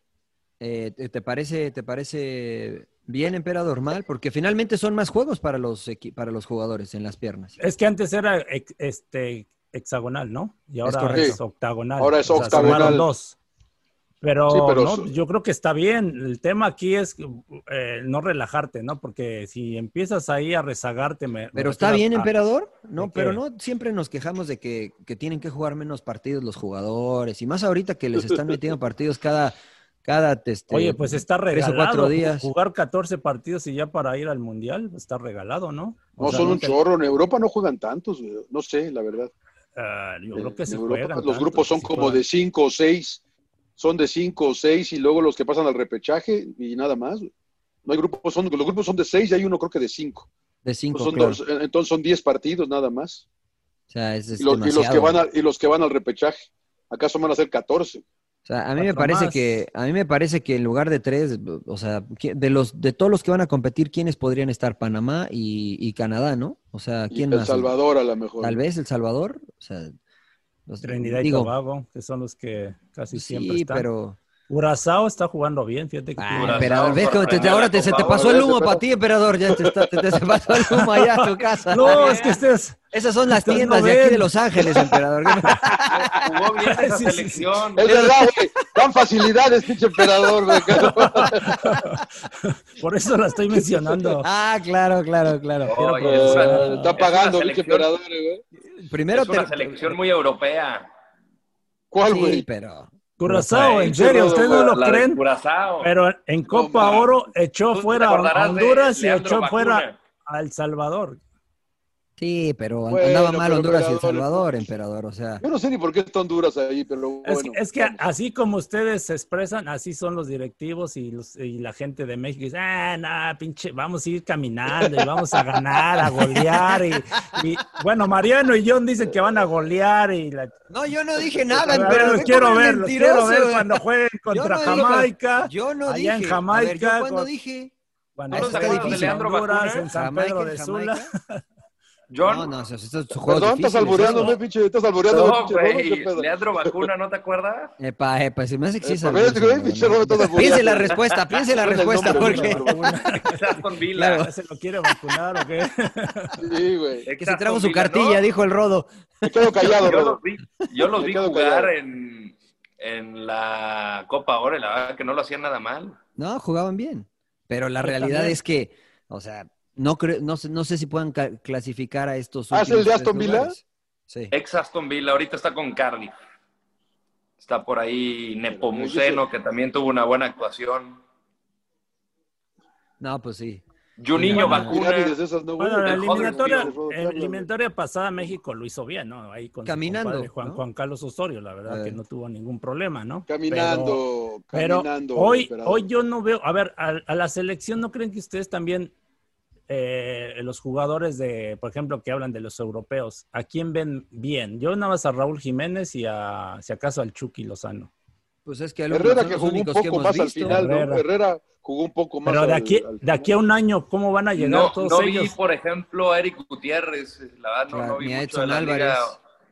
Eh, ¿te- ¿te, parece, ¿Te parece bien, emperador, mal? Porque finalmente son más juegos para los, equi- para los jugadores en las piernas. Es que antes era ex- este hexagonal, ¿no? Y ahora es, correcto. octagonal. Ahora es sumaron octagonal. dos. Pero Sí, pero ¿no? su- yo creo que está bien. El tema aquí es eh, no relajarte, ¿no? Porque si empiezas ahí a rezagarte, me- me Pero está refiero bien, a- emperador. No, ¿de pero qué? no siempre nos quejamos de que, que tienen que jugar menos partidos los jugadores. Y más ahorita que les están metiendo partidos cada, cada este, Oye, pues está tres o regalado. cuatro días. Jugar 14 partidos y ya para ir al mundial está regalado, ¿no? O No sea, son un te- chorro. En Europa no juegan tantos, güey. No sé, la verdad. Ah, yo creo que En se Europa juegan los tanto, grupos son sí como juegan. de 5 o 6. Son de 5 o 6 y luego los que pasan al repechaje y nada más. güey. No hay grupos, son, los grupos son de 6 y hay uno creo que de 5. de cinco. Pues Son claro. dos- entonces son 10 partidos nada más. O sea, es, es Y los, y los que demasiado. van al- y los que van al repechaje. Acaso van a ser 14. O sea, a mí me Cuatro parece más. que a mí me parece que en lugar de tres, o sea, que- de los de todos los que van a competir, ¿quiénes podrían estar? Panamá y, y Canadá, ¿no? O sea, Y ¿quién El más? Salvador a lo mejor. Tal vez El Salvador, o sea, los- Trinidad y digo, pues Tobago, que son los que casi siempre sí, están. pero Curazao está jugando bien, fíjate que Ah, tiene- Curazao, emperador, ves cómo te- te- ahora te, se te por favor, pasó el ese humo pedo. para ti, emperador, ya te, está- te- te- se pasó el humo allá a tu casa. No, es que estés. Esas son las Ustedes tiendas no de aquí ven. de Los Ángeles, emperador. Jugó bien esa Sí, sí, sí. selección. Es verdad, güey. Dan facilidades, pinche emperador. güey. Por eso la estoy mencionando. ah, claro, claro, claro. Oye, Pero, es una- eh, es Está una pagando, pinche selección- emperador. güey. Primero es una te- eh, selección muy europea. ¿Cuál, Sí, güey? pero Curazao, en Ay, serio, ustedes no lo la de creen, Curazao. pero en Copa mames. Oro Tú echó te fuera a acordarás de Honduras y Leandro echó Bacuna. fuera a El Salvador. sí, pero Bueno, andaba mal pero pues. Honduras y El emperador, Salvador, emperador, o sea, Yo no sé ni por qué está Honduras ahí, pero Es, bueno. que- es que vamos. así como ustedes se expresan, así son los directivos y, los- y la gente de México. Dice, ah, no, pinche, vamos a ir caminando y vamos a ganar, a golear. Y, y- bueno, Mariano y John dicen que van a golear. y la- no, yo no dije nada, A ver, emperador. los qué quiero como ver, los quiero mentiroso, ver güey. cuando jueguen contra no digo- Jamaica, Yo no allá en dije. A ver, Jamaica, ¿yo cuándo con- dije? cuando Ah, está jueguen difícil. en Leandro este Honduras, Bacuna, en San Jamaica, Pedro de en Sula. Jamaica. John, No, no, esos esos son juegos Perdón, estás difíciles. albureándome, pinche. Estás albureándome, no, pinche. güey, Rodo, qué pedo. Leandro Vacuna, ¿no te acuerdas? Epa, epa, se me hace que sí es Epa, albureos, ves, güey, emperador, pinche Rodo, no. estás albureando. Piense la respuesta, piense la Suena el respuesta, nombre, porque güey. Aston Villa. Claro. ¿Ya ¿Se lo quiere vacunar o qué? Sí, güey. Ex que se Aston trajo su Villa, ¿no? cartilla, dijo el Rodo. Me quedo callado, Yo, yo Rodo. los vi, yo los Me vi quedo jugar callado. en, en la Copa Oro, y la verdad que no lo hacían nada mal. No, jugaban bien. Pero la Yo realidad también. es que, o sea, no, creo, no, sé, no sé si puedan ca- clasificar a estos. ¿Ah, es el últimos de tres Aston Villa? lugares. Sí. Ex Aston Villa, ahorita está con Cardiff. Está por ahí eh, Nepomuceno, que también tuvo una buena actuación. No, pues sí. Juninho Bueno, Vacuna. Pirámides esas, no, güey. Bueno, la El joven eliminatoria, Rodo, Rodo, te la hablo, eliminatoria pasada México lo hizo bien, ¿no? Ahí con su Caminando, compadre Juan, ¿no? Eh. Juan Carlos Osorio, la A verdad ver. que no tuvo ningún problema, ¿no? güey. Caminando, Pero, caminando. pero hoy, emperador. hoy yo no veo, a ver, a, a la selección, ¿no creen que ustedes también, eh, los jugadores de, por ejemplo, que hablan de los europeos, ¿a quién ven bien? Yo nada más a Raúl Jiménez y a, si acaso, al Chucky Lozano. Pues es que a lo mejor Herrera son que los jugó un únicos que poco hemos más al visto. final, ¿no? Herrera. Herrera jugó un poco más Pero de al- aquí, al de aquí a un año, ¿cómo van a llegar No, todos no vi, ellos? por ejemplo, a Eric Gutiérrez, eh, la verdad, no, Claro, no vi ni a mucho Edson de la Álvarez.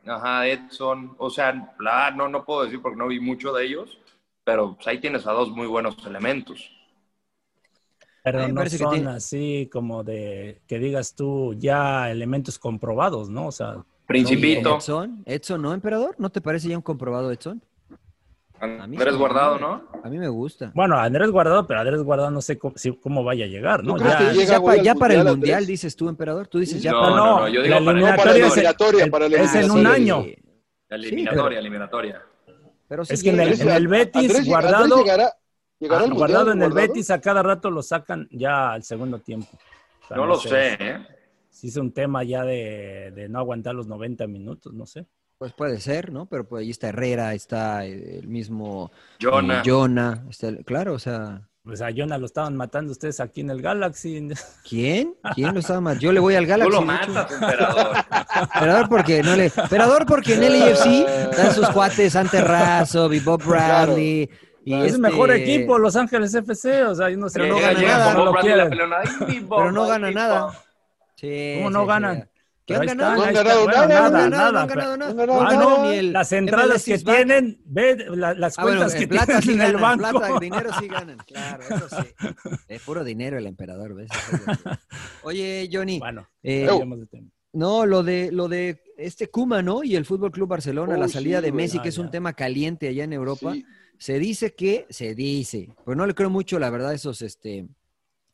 liga. Ajá, Edson. O sea, la verdad, no, no puedo decir porque no vi mucho de ellos, pero pues, ahí tienes a dos muy buenos elementos. A mí Pero me no parece que son tiene- así como de que digas tú ya elementos comprobados, ¿no? O sea, Principito, Edson, Edson, ¿no, emperador? ¿No te parece ya un comprobado Edson? A mí Andrés sí. Guardado, ¿no? A mí me gusta. bueno, Andrés Guardado, pero Andrés Guardado no sé cómo, si- cómo vaya a llegar, ¿no? ¿Tú crees Ya- que llega, ya güey, pa- al ya para el Mundial, mundial, Andrés? dices tú, emperador. Tú dices ya No, para no, no, yo digo la para- No, para la eliminatoria es, eliminatoria, el- para la es en un eliminatoria. año. La Sí, eliminatoria, eliminatoria. Pero sí pues, Es que en llega. el, en el Betis, Andrés, guardado, Andrés llegará, llegará al ah, Mundial, guardado en el Guardado. Betis, a cada rato lo sacan ya al segundo tiempo. O sea, No lo sé, sé, ¿eh? Si es un tema ya de, de no aguantar los 90 minutos, no sé. Pues puede ser, ¿no? Pero pues ahí está Herrera, está el mismo Jonah. Jonah, está el- claro, o sea, Pues a Jonah lo estaban matando ustedes aquí en el Galaxy. ¿quién? ¿Quién lo estaba más? Yo le voy al Tú Galaxy. lo de hecho. matas, emperador. Emperador porque no le, emperador porque en el IFC están sus cuates Ante Razzo y Bob Bradley. y es el este- mejor equipo, Los Ángeles FC. O sea, yo no sé, Pero no no llega- ganan Eh, gana llega nada, nada, no como lo Bradley a la quieren. pelona, "Ay, mi Pero no bobo, gana mi bobo". nada. Sí, ¿Cómo sí, no sí, ganan? Pero ¿Qué han ahí están, ganado? No ahí han ganado están. Bueno, nada, nada, no han nada, ganado pero- nada. no han ganado No Ah, ganaron no, ni el las entradas MLS que is back. tienen, ve la- las Ah, bueno, cuentas en que plata tienen sí en el ganan, en banco. plata, en dinero sí ganan, claro, eso sí. Es puro dinero el emperador, ¿ves? Eso es lo que- Oye, Johnny, Bueno, eh, cambiamos de tema. no, lo de, lo de este Kuma, ¿no? Y el Fútbol Club Barcelona, Oh, la salida sí, de güey. Messi, Ah, que es un ya. tema caliente allá en Europa. Sí. Se dice que, se dice, pero no le creo mucho, la verdad, a esos, este,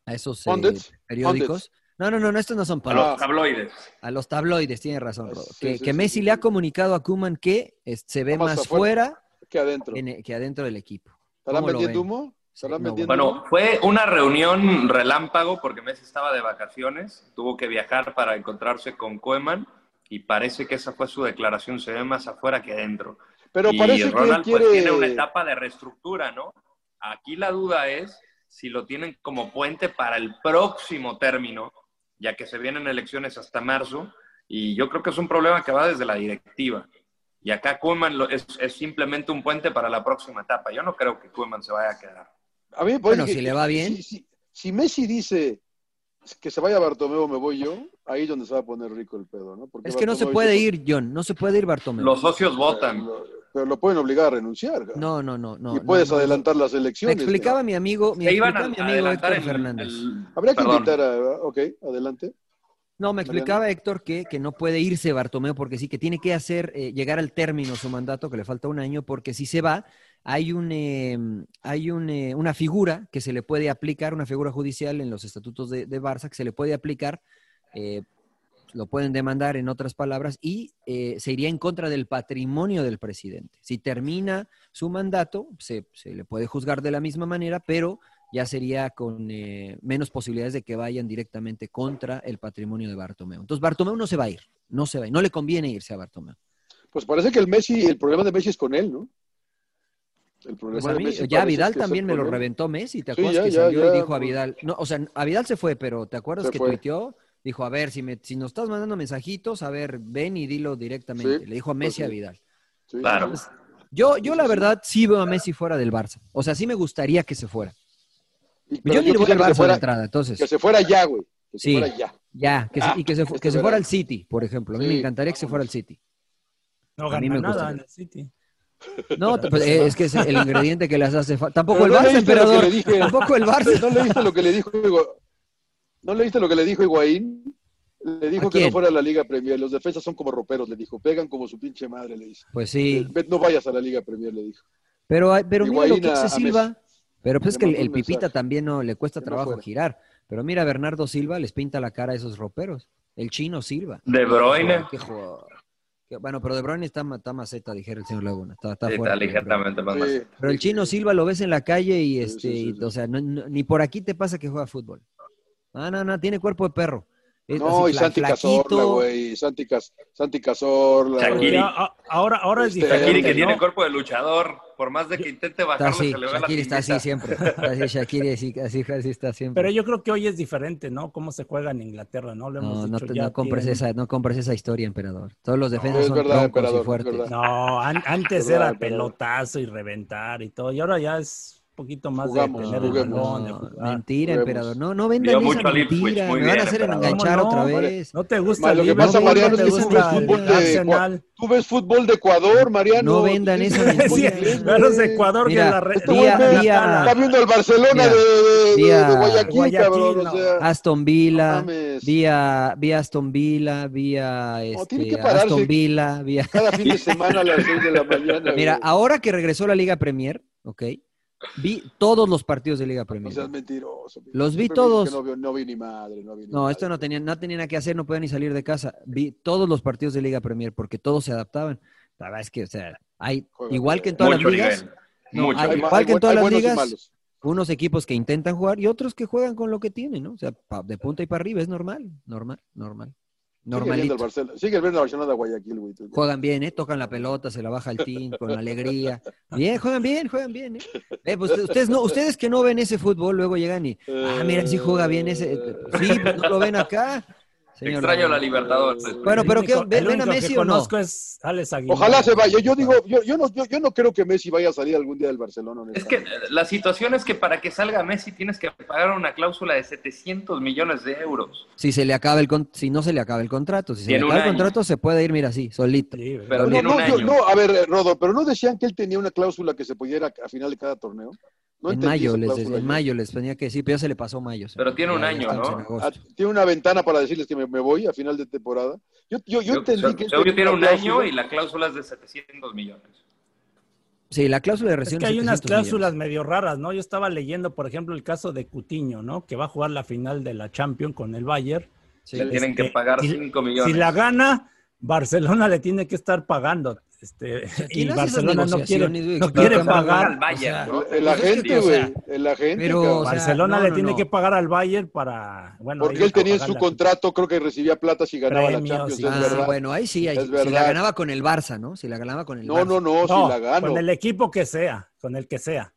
a esos eh, Pundits, Ah. periódicos. No, no, no, no, estos no son A para los tabloides. a los tabloides, tiene razón, Rodo. Sí, que sí, que sí, Messi sí, le ha sí. comunicado a Kuman que eh, se ve Está más más afuera. fuera que adentro. en el- que adentro del equipo. ¿Estarán ¿Cómo lo vendiendo ven? humo? ¿Estarán no, vendiendo Bueno, humo? fue una reunión relámpago porque Messi estaba de vacaciones, tuvo que viajar para encontrarse con Koeman y parece que esa fue su declaración, se ve más afuera que dentro. Pero y parece que Ronald quiere... pues tiene una etapa de reestructura, ¿no? Aquí la duda es si lo tienen como puente para el próximo término, ya que se vienen elecciones hasta marzo y yo creo que es un problema que va desde la directiva. Y acá Koeman lo- es, es simplemente un puente para la próxima etapa. Yo no creo que Koeman se vaya a quedar. A mí me parece Bueno, que- si le va bien. Si, si- si Messi dice que se vaya Bartomeu, me voy yo, ahí es donde se va a poner rico el pedo, ¿no? Porque Es que no se Bartomeu puede dijo- ir, John, no se puede ir Bartomeu. Los socios pero votan. lo- Pero lo pueden obligar a renunciar. güey. No, no, no, no. y no, puedes no. adelantar las Me elecciones. explicaba güey. mi amigo, me Se iban a explicaba mi amigo adelantar Héctor en Fernández. el- Habría que Perdón. invitar a... ah, Ok, adelante. No, me Mariano. explicaba Héctor que, que no puede irse Bartomeo porque sí, que tiene que hacer eh, llegar al término su mandato, que le falta un año, porque si se va, hay, un, eh, hay un, eh, una figura que se le puede aplicar, una figura judicial en los estatutos de, de Barça que se le puede aplicar, eh, lo pueden demandar en otras palabras, y eh, se iría en contra del patrimonio del presidente. Si termina su mandato, se, se le puede juzgar de la misma manera, pero ya sería con eh, menos posibilidades de que vayan directamente contra el patrimonio de Bartomeu. Entonces, Bartomeu no se va a ir, no se va a ir, no le conviene irse a Bartomeu. Pues parece que el Messi, el problema de Messi es con él, ¿no? El problema Pues a de mí, Messi ya parece Vidal que es el también me lo problema. reventó Messi, ¿te Sí, acuerdas ya, que ya, salió ya, y dijo a pues. Vidal? No, o sea, a Vidal se fue, pero ¿te acuerdas Se que fue. tuiteó? Dijo, a ver, si me, si nos estás mandando mensajitos, a ver, ven y dilo directamente. Sí, pues Le dijo a Messi sí. a Vidal. Sí. Claro. Yo, yo Sí, la sí, sí. verdad sí veo a Messi fuera del Barça. O sea, sí me gustaría que se fuera. Y- pero Yo ni le voy al quisiera que se Barça de fuera- entrada, entonces. Que se fuera ya, güey. Que se Sí. fuera ya. Ya, que se- Ah, y que se, fu- este que se fuera verano. al City, por ejemplo. A mí Sí, me encantaría que se fuera al vámonos. City. No A mí gana me gusta. nada en el City. No, t- pues, eh, es que es el ingrediente que les hace falta. Tampoco Pero el no Barça, leíste lo que emperador. le dije. Tampoco el Barça. ¿No leíste lo que le dijo Higo- ¿No leíste lo que le dijo Higuaín? Le dijo ¿A que no quién? fuera a la Liga Premier. Los defensas son como roperos, le dijo. Pegan como su pinche madre, le dice. Pues sí, "Ve, No vayas a la Liga Premier, le dijo. pero, hay- pero mira lo Higuaín que a- a hace Messi. Silva. Pero pues es Le que el, mandó el un Pipita mensaje. también no le cuesta Que no trabajo fuera. girar. Pero mira, Bernardo Silva les pinta la cara a esos roperos. El chino Silva. De Bruyne, Qué jugador. Qué- Bueno, pero De Bruyne está, ma- está maceta, dijera el señor Laguna. Está, está sí, fuera. está ligeramente más. Sí, Pero el sí, chino sí. Silva lo ves en la calle y Sí, este, sí, sí, y- sí. o sea, no- no- ni por aquí te pasa que juega fútbol. Ah, no, no, tiene cuerpo de perro. Es No, así y fla- Santi flaquito. Cazorla, güey. Santi, Cas- Santi Cazorla. Shakiri. güey. Ya, a- ahora, ahora es Este, diferente. Shakiri que ¿no? tiene cuerpo de luchador, Por más de que intente bajarle, así, se le ve la Shakiri está así timidez. siempre. Así, Shakiri así, así, así está siempre. Pero yo creo que hoy es diferente, ¿no? Cómo se juega en Inglaterra, ¿no? Lo hemos no, no, dicho te- ya. no compres tienen- esa, no compres esa historia, emperador. Todos los defensas es son verdad, troncos emperador, y es fuertes. verdad. No, an- antes Perdón, era perdón. pelotazo y reventar y todo. Y ahora ya es un poquito más Jugamos, de tener el juguemos. balón, de No, jugar. mentira, Juguemos. emperador. No, no Dio vendan mucho esa al Ipswich, mentira. muy Me van a bien, hacer emperador. enganchar ¿Cómo no? otra vez. No te gusta Más el lo que Liverpool, pasa, Mariano, no te es que gusta el fútbol el de- Arsenal. Tú ves fútbol de Ecuador, Mariano. No vendan Tú ves esa fútbol Sí, mentira. inglés, güey. Pero es Ecuador que Mira, la re- Este día- la güey día- Está viendo el Barcelona Mira, de, de- mira, de Guayaquil, Guayaquil, cabrón. no. O sea, Aston no Villa, mames. vía, vía Aston Villa, vía No, este, tiene que pararse. Aston Villa, vía. Cada fin de semana a las 6 de la mañana. Mira, güey. ahora que regresó la Liga Premier, ok, vi todos los partidos de Liga No Premier. seas mentiroso. güey. Los vi Siempre me todos. dices que No, veo- no vi ni madre. No, vi ni No, madre. esto no tenía, no tenía nada que hacer, no podía ni salir de casa. Vi todos los partidos de Liga Premier porque todos se adaptaban. La verdad es que, o sea, hay, Juegan igual que en bien. todas Mucho las ligas, nivel. no, mucho hay- nivel. igual que en bu- todas las buenos y ligas, malos. unos equipos que intentan jugar y otros que juegan con lo que tienen, ¿no? O sea, pa- de punta y para arriba, es normal, normal, normal. Sigue viendo el Normalito. Barcelona. Sigue viendo el Barcelona de Guayaquil, güey. tú. Juegan bien, ¿eh? Tocan la pelota, se la baja el team con alegría. Bien, juegan bien, juegan bien, ¿eh? Eh, pues, ustedes, no, ustedes que no ven ese fútbol, luego llegan y, ah, mira, sí juega bien ese. Eh, Sí, pues, no lo ven acá. Señor Extraño la Ramírez. Libertadores. Bueno, pero el ¿qué? único- ¿Ven- el ven a único Messi que o no? conozco es Alex Aguilar. Ojalá se vaya. Yo digo, yo, yo, no, yo, yo no creo que Messi vaya a salir algún día del Barcelona. Es que eh, honestamente. la situación es que para que salga Messi tienes que pagar una cláusula de 700 millones de euros. Si se le acaba el con- si no se le acaba el contrato, si se le Tiene un acaba el año. contrato se puede ir, mira, así, solito. Sí, ¿verdad? Pero No, tiene no, un yo- año. no, a ver, eh, Rodo, pero no decían que él tenía una cláusula que se pudiera a final de cada torneo. No en entendí mayo esa les cláusula en yo. mayo les tenía que decir, pero ya se le pasó mayo. Pero tiene un año, estamos ¿no? en Ah, agosto. tiene una ventana para decirles que me, me voy a final de temporada. Yo, yo, yo Yo, entendí según que él yo tiene una un año cláusula. y la cláusula es de 700 millones. Sí, la cláusula de Ah. Es recién que hay unas cláusulas medio raras, ¿no? Yo estaba leyendo, por ejemplo, el caso de Cutiño, ¿no? Que va a jugar la final de la Champions con el Bayern. Le tienen que Este, pagar si- 5 Si millones. la gana, Barcelona le tiene que estar pagando. Este, y Barcelona no quiere, no quiere al pagar. Bayern, o sea, ¿no? El Pues es que, agente, o sea, güey. El agente. pero, cabrón. o sea, Barcelona no, le no, tiene no. que pagar al Bayern para. Bueno, Porque ahí él tenía en para su la- contrato, creo que recibía plata si ganaba Premios, la Champions. sí. es Ah, verdad. bueno, ahí sí, ahí- Es si verdad. la ganaba con el Barça, ¿no? Si la ganaba con el No, Barça. no, No, no, si la gano. con el equipo que sea, con el que sea.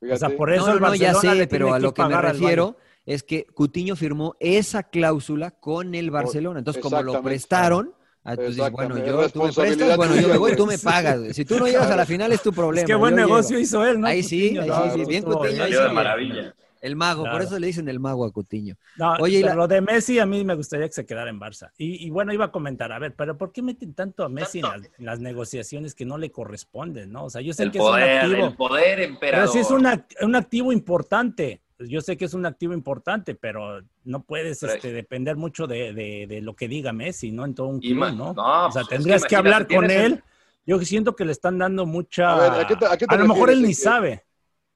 O sea, fíjate. por eso No, el no, no, ya Barcelona sé, le pero tiene a lo que me pagar al refiero es que Cutiño firmó esa cláusula con el Barcelona. Entonces, como lo Exactamente. prestaron, ah, tú dices, bueno, Exactamente, yo, es tú me prestas, responsabilidad bueno, yo tuya, me voy, tú güey. me pagas. güey. Si tú no llegas a la final es tu Bayern. problema. Es que buen yo llego. negocio hizo él, ¿no? Ahí sí, Cutiño, ahí claro, sí, sí, bien estuvo Cutiño. ahí Pues Salió de sí. maravilla. El mago, por Claro. eso le dicen el mago a Cutiño. No, Oye, y pero la- lo de Messi a mí me gustaría que se quedara en Barça. Y, y bueno, iba a comentar, a ver, pero ¿por qué meten tanto a Messi en las, en las negociaciones que no le corresponden, no? O sea, yo sé El que poder, es un activo, el poder pero emperador. sí es un act- un activo importante. Yo sé que es un activo importante, pero no puedes Pero- este, depender mucho de, de- de lo que diga Messi, ¿no? En todo un Y ma- club, ¿no? no, o sea, pues, es que tendrías que, imagínate, hablar con tienes el- él. Yo siento que le están dando mucha... A ver, ¿a qué te- a qué te lo mejor refieres? él ni ¿En qué? sabe.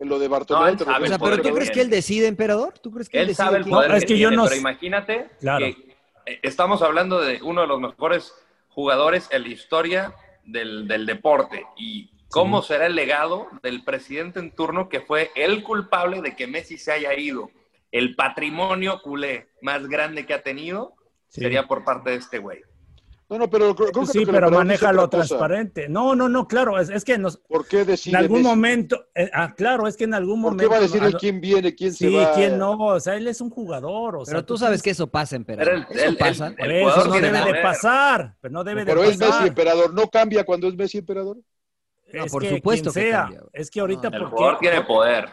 En lo de Bartomeu. No, te él sabe O refieres. sea, el poder pero ¿tú que crees tiene. que él decide, emperador? ¿tú crees que él, Él decide sabe el quién- poder No, es que yo tiene, no pero sé. imagínate Claro. que eh, estamos hablando de uno de los mejores jugadores en la historia del, del deporte y cómo será el legado del presidente en turno que fue el culpable de que Messi se haya ido. El patrimonio culé más grande que ha tenido Sí. sería por parte de este güey. No, no, pero creo, creo que Sí, lo que el pero emperador dice maneja lo otra cosa. transparente. No, no, no, claro, es, es que nos, ¿Por qué en decide algún Messi? momento, eh, ah, claro, es que en algún ¿Por momento. qué va a decir ah, él no- quién viene, quién Sí, se va? quién no, o sea, él es un jugador, o sea. pues, Pero tú sabes que eso Era pasa, el, emperador. el- Eso el- pasa. el Por eso jugador no que tiene debe la- de poder. pasar, pero no debe Pero de es pasar. Messi emperador, no cambia cuando es Messi emperador. No, es por que supuesto quien que sea, cambia, güey. es que ahorita No, El porque jugador tiene poder.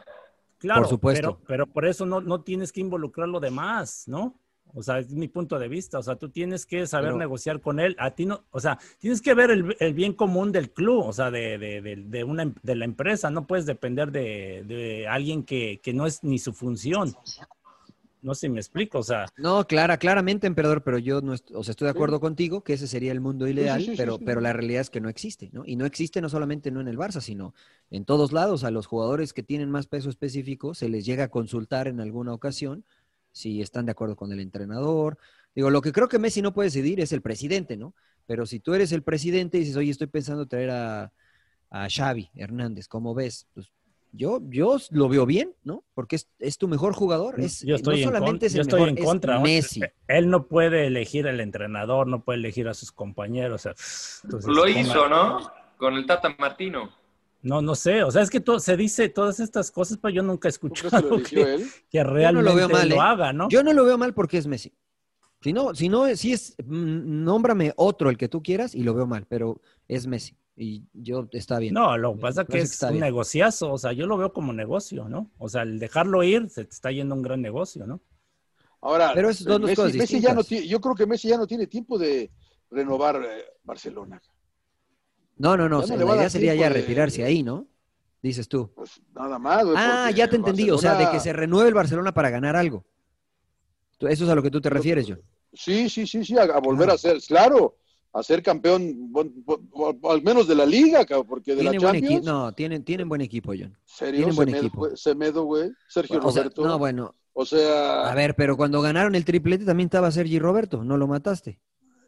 claro, Por supuesto. Pero, pero por eso no, no tienes que involucrar lo demás, ¿no? O sea, es mi punto de vista. O sea, tú tienes que saber Pero- negociar con él. A ti no, o sea, tienes que ver el, el bien común del club, o sea, de, de, de, de una, em- de la empresa. No puedes depender de, de alguien que, que no es ni su función. No sé si me explico, o sea, No, clara, claramente, emperador, pero yo no est- o sea, estoy de acuerdo contigo que ese sería el mundo ideal, sí, sí, pero, sí. pero la realidad es que no existe, ¿no? Y no existe no solamente no en el Barça, sino en todos lados. A los jugadores que tienen más peso específico se les llega a consultar en alguna ocasión si están de acuerdo con el entrenador. Digo, lo que creo que Messi no puede decidir es el presidente, ¿no? Pero si tú eres el presidente y dices, oye, estoy pensando traer a, a Xavi Hernández, ¿cómo ves? Pues yo, yo lo veo bien, ¿no? Porque es, es tu mejor jugador. Es, Mm, yo estoy, no en, con- solamente es el yo estoy mejor, en es contra. ¿no? Este, Messi. Él no puede elegir al entrenador, no puede elegir a sus compañeros. o sea, entonces, Lo ponga- hizo, ¿no? Con el Tata Martino. No, no sé. O sea, es que todo, se dice todas estas cosas, pero yo nunca he ¿Tú crees que escuchado lo eligió que, él? que realmente lo, veo mal, ¿eh? haga, ¿no? Yo no lo veo mal porque es Messi. Si no, si no, si es, mm, nómbrame otro el que tú quieras y lo veo mal, pero es Messi. Y yo está bien. no, lo que pasa Me que parece que es está un bien. negociazo. O sea, yo lo veo como negocio, ¿no? O sea, el dejarlo ir se te está yendo un gran negocio, ¿no? Ahora, Pero es dos eh, Messi, cosas Messi ya no distintas. ti- yo creo que Messi ya no tiene tiempo de renovar eh, Barcelona. No, no, no. Ya no o sea, le la va a idea dar sería tiempo ya de- retirarse ahí, ¿no? Dices tú. Pues nada más. güey, Ah, porque ya te entendí. O sea, de que Barcelona- se renueve el Barcelona para ganar algo. Tú- Eso es a lo que tú te refieres, John. Sí, sí, sí, sí, a, a volver Ah. a ser, claro, a ser campeón, bon- bon- bon- al menos de la liga, cabrón, porque de Tiene la buen Champions. equipo. No, tienen, tienen buen equipo, John. serio, tienen buen Semedo, equipo. güey, Semedo, güey, Sergio O sea, Roberto. no, bueno. O sea, A ver, pero cuando ganaron el triplete también estaba Sergi Roberto. No lo mataste.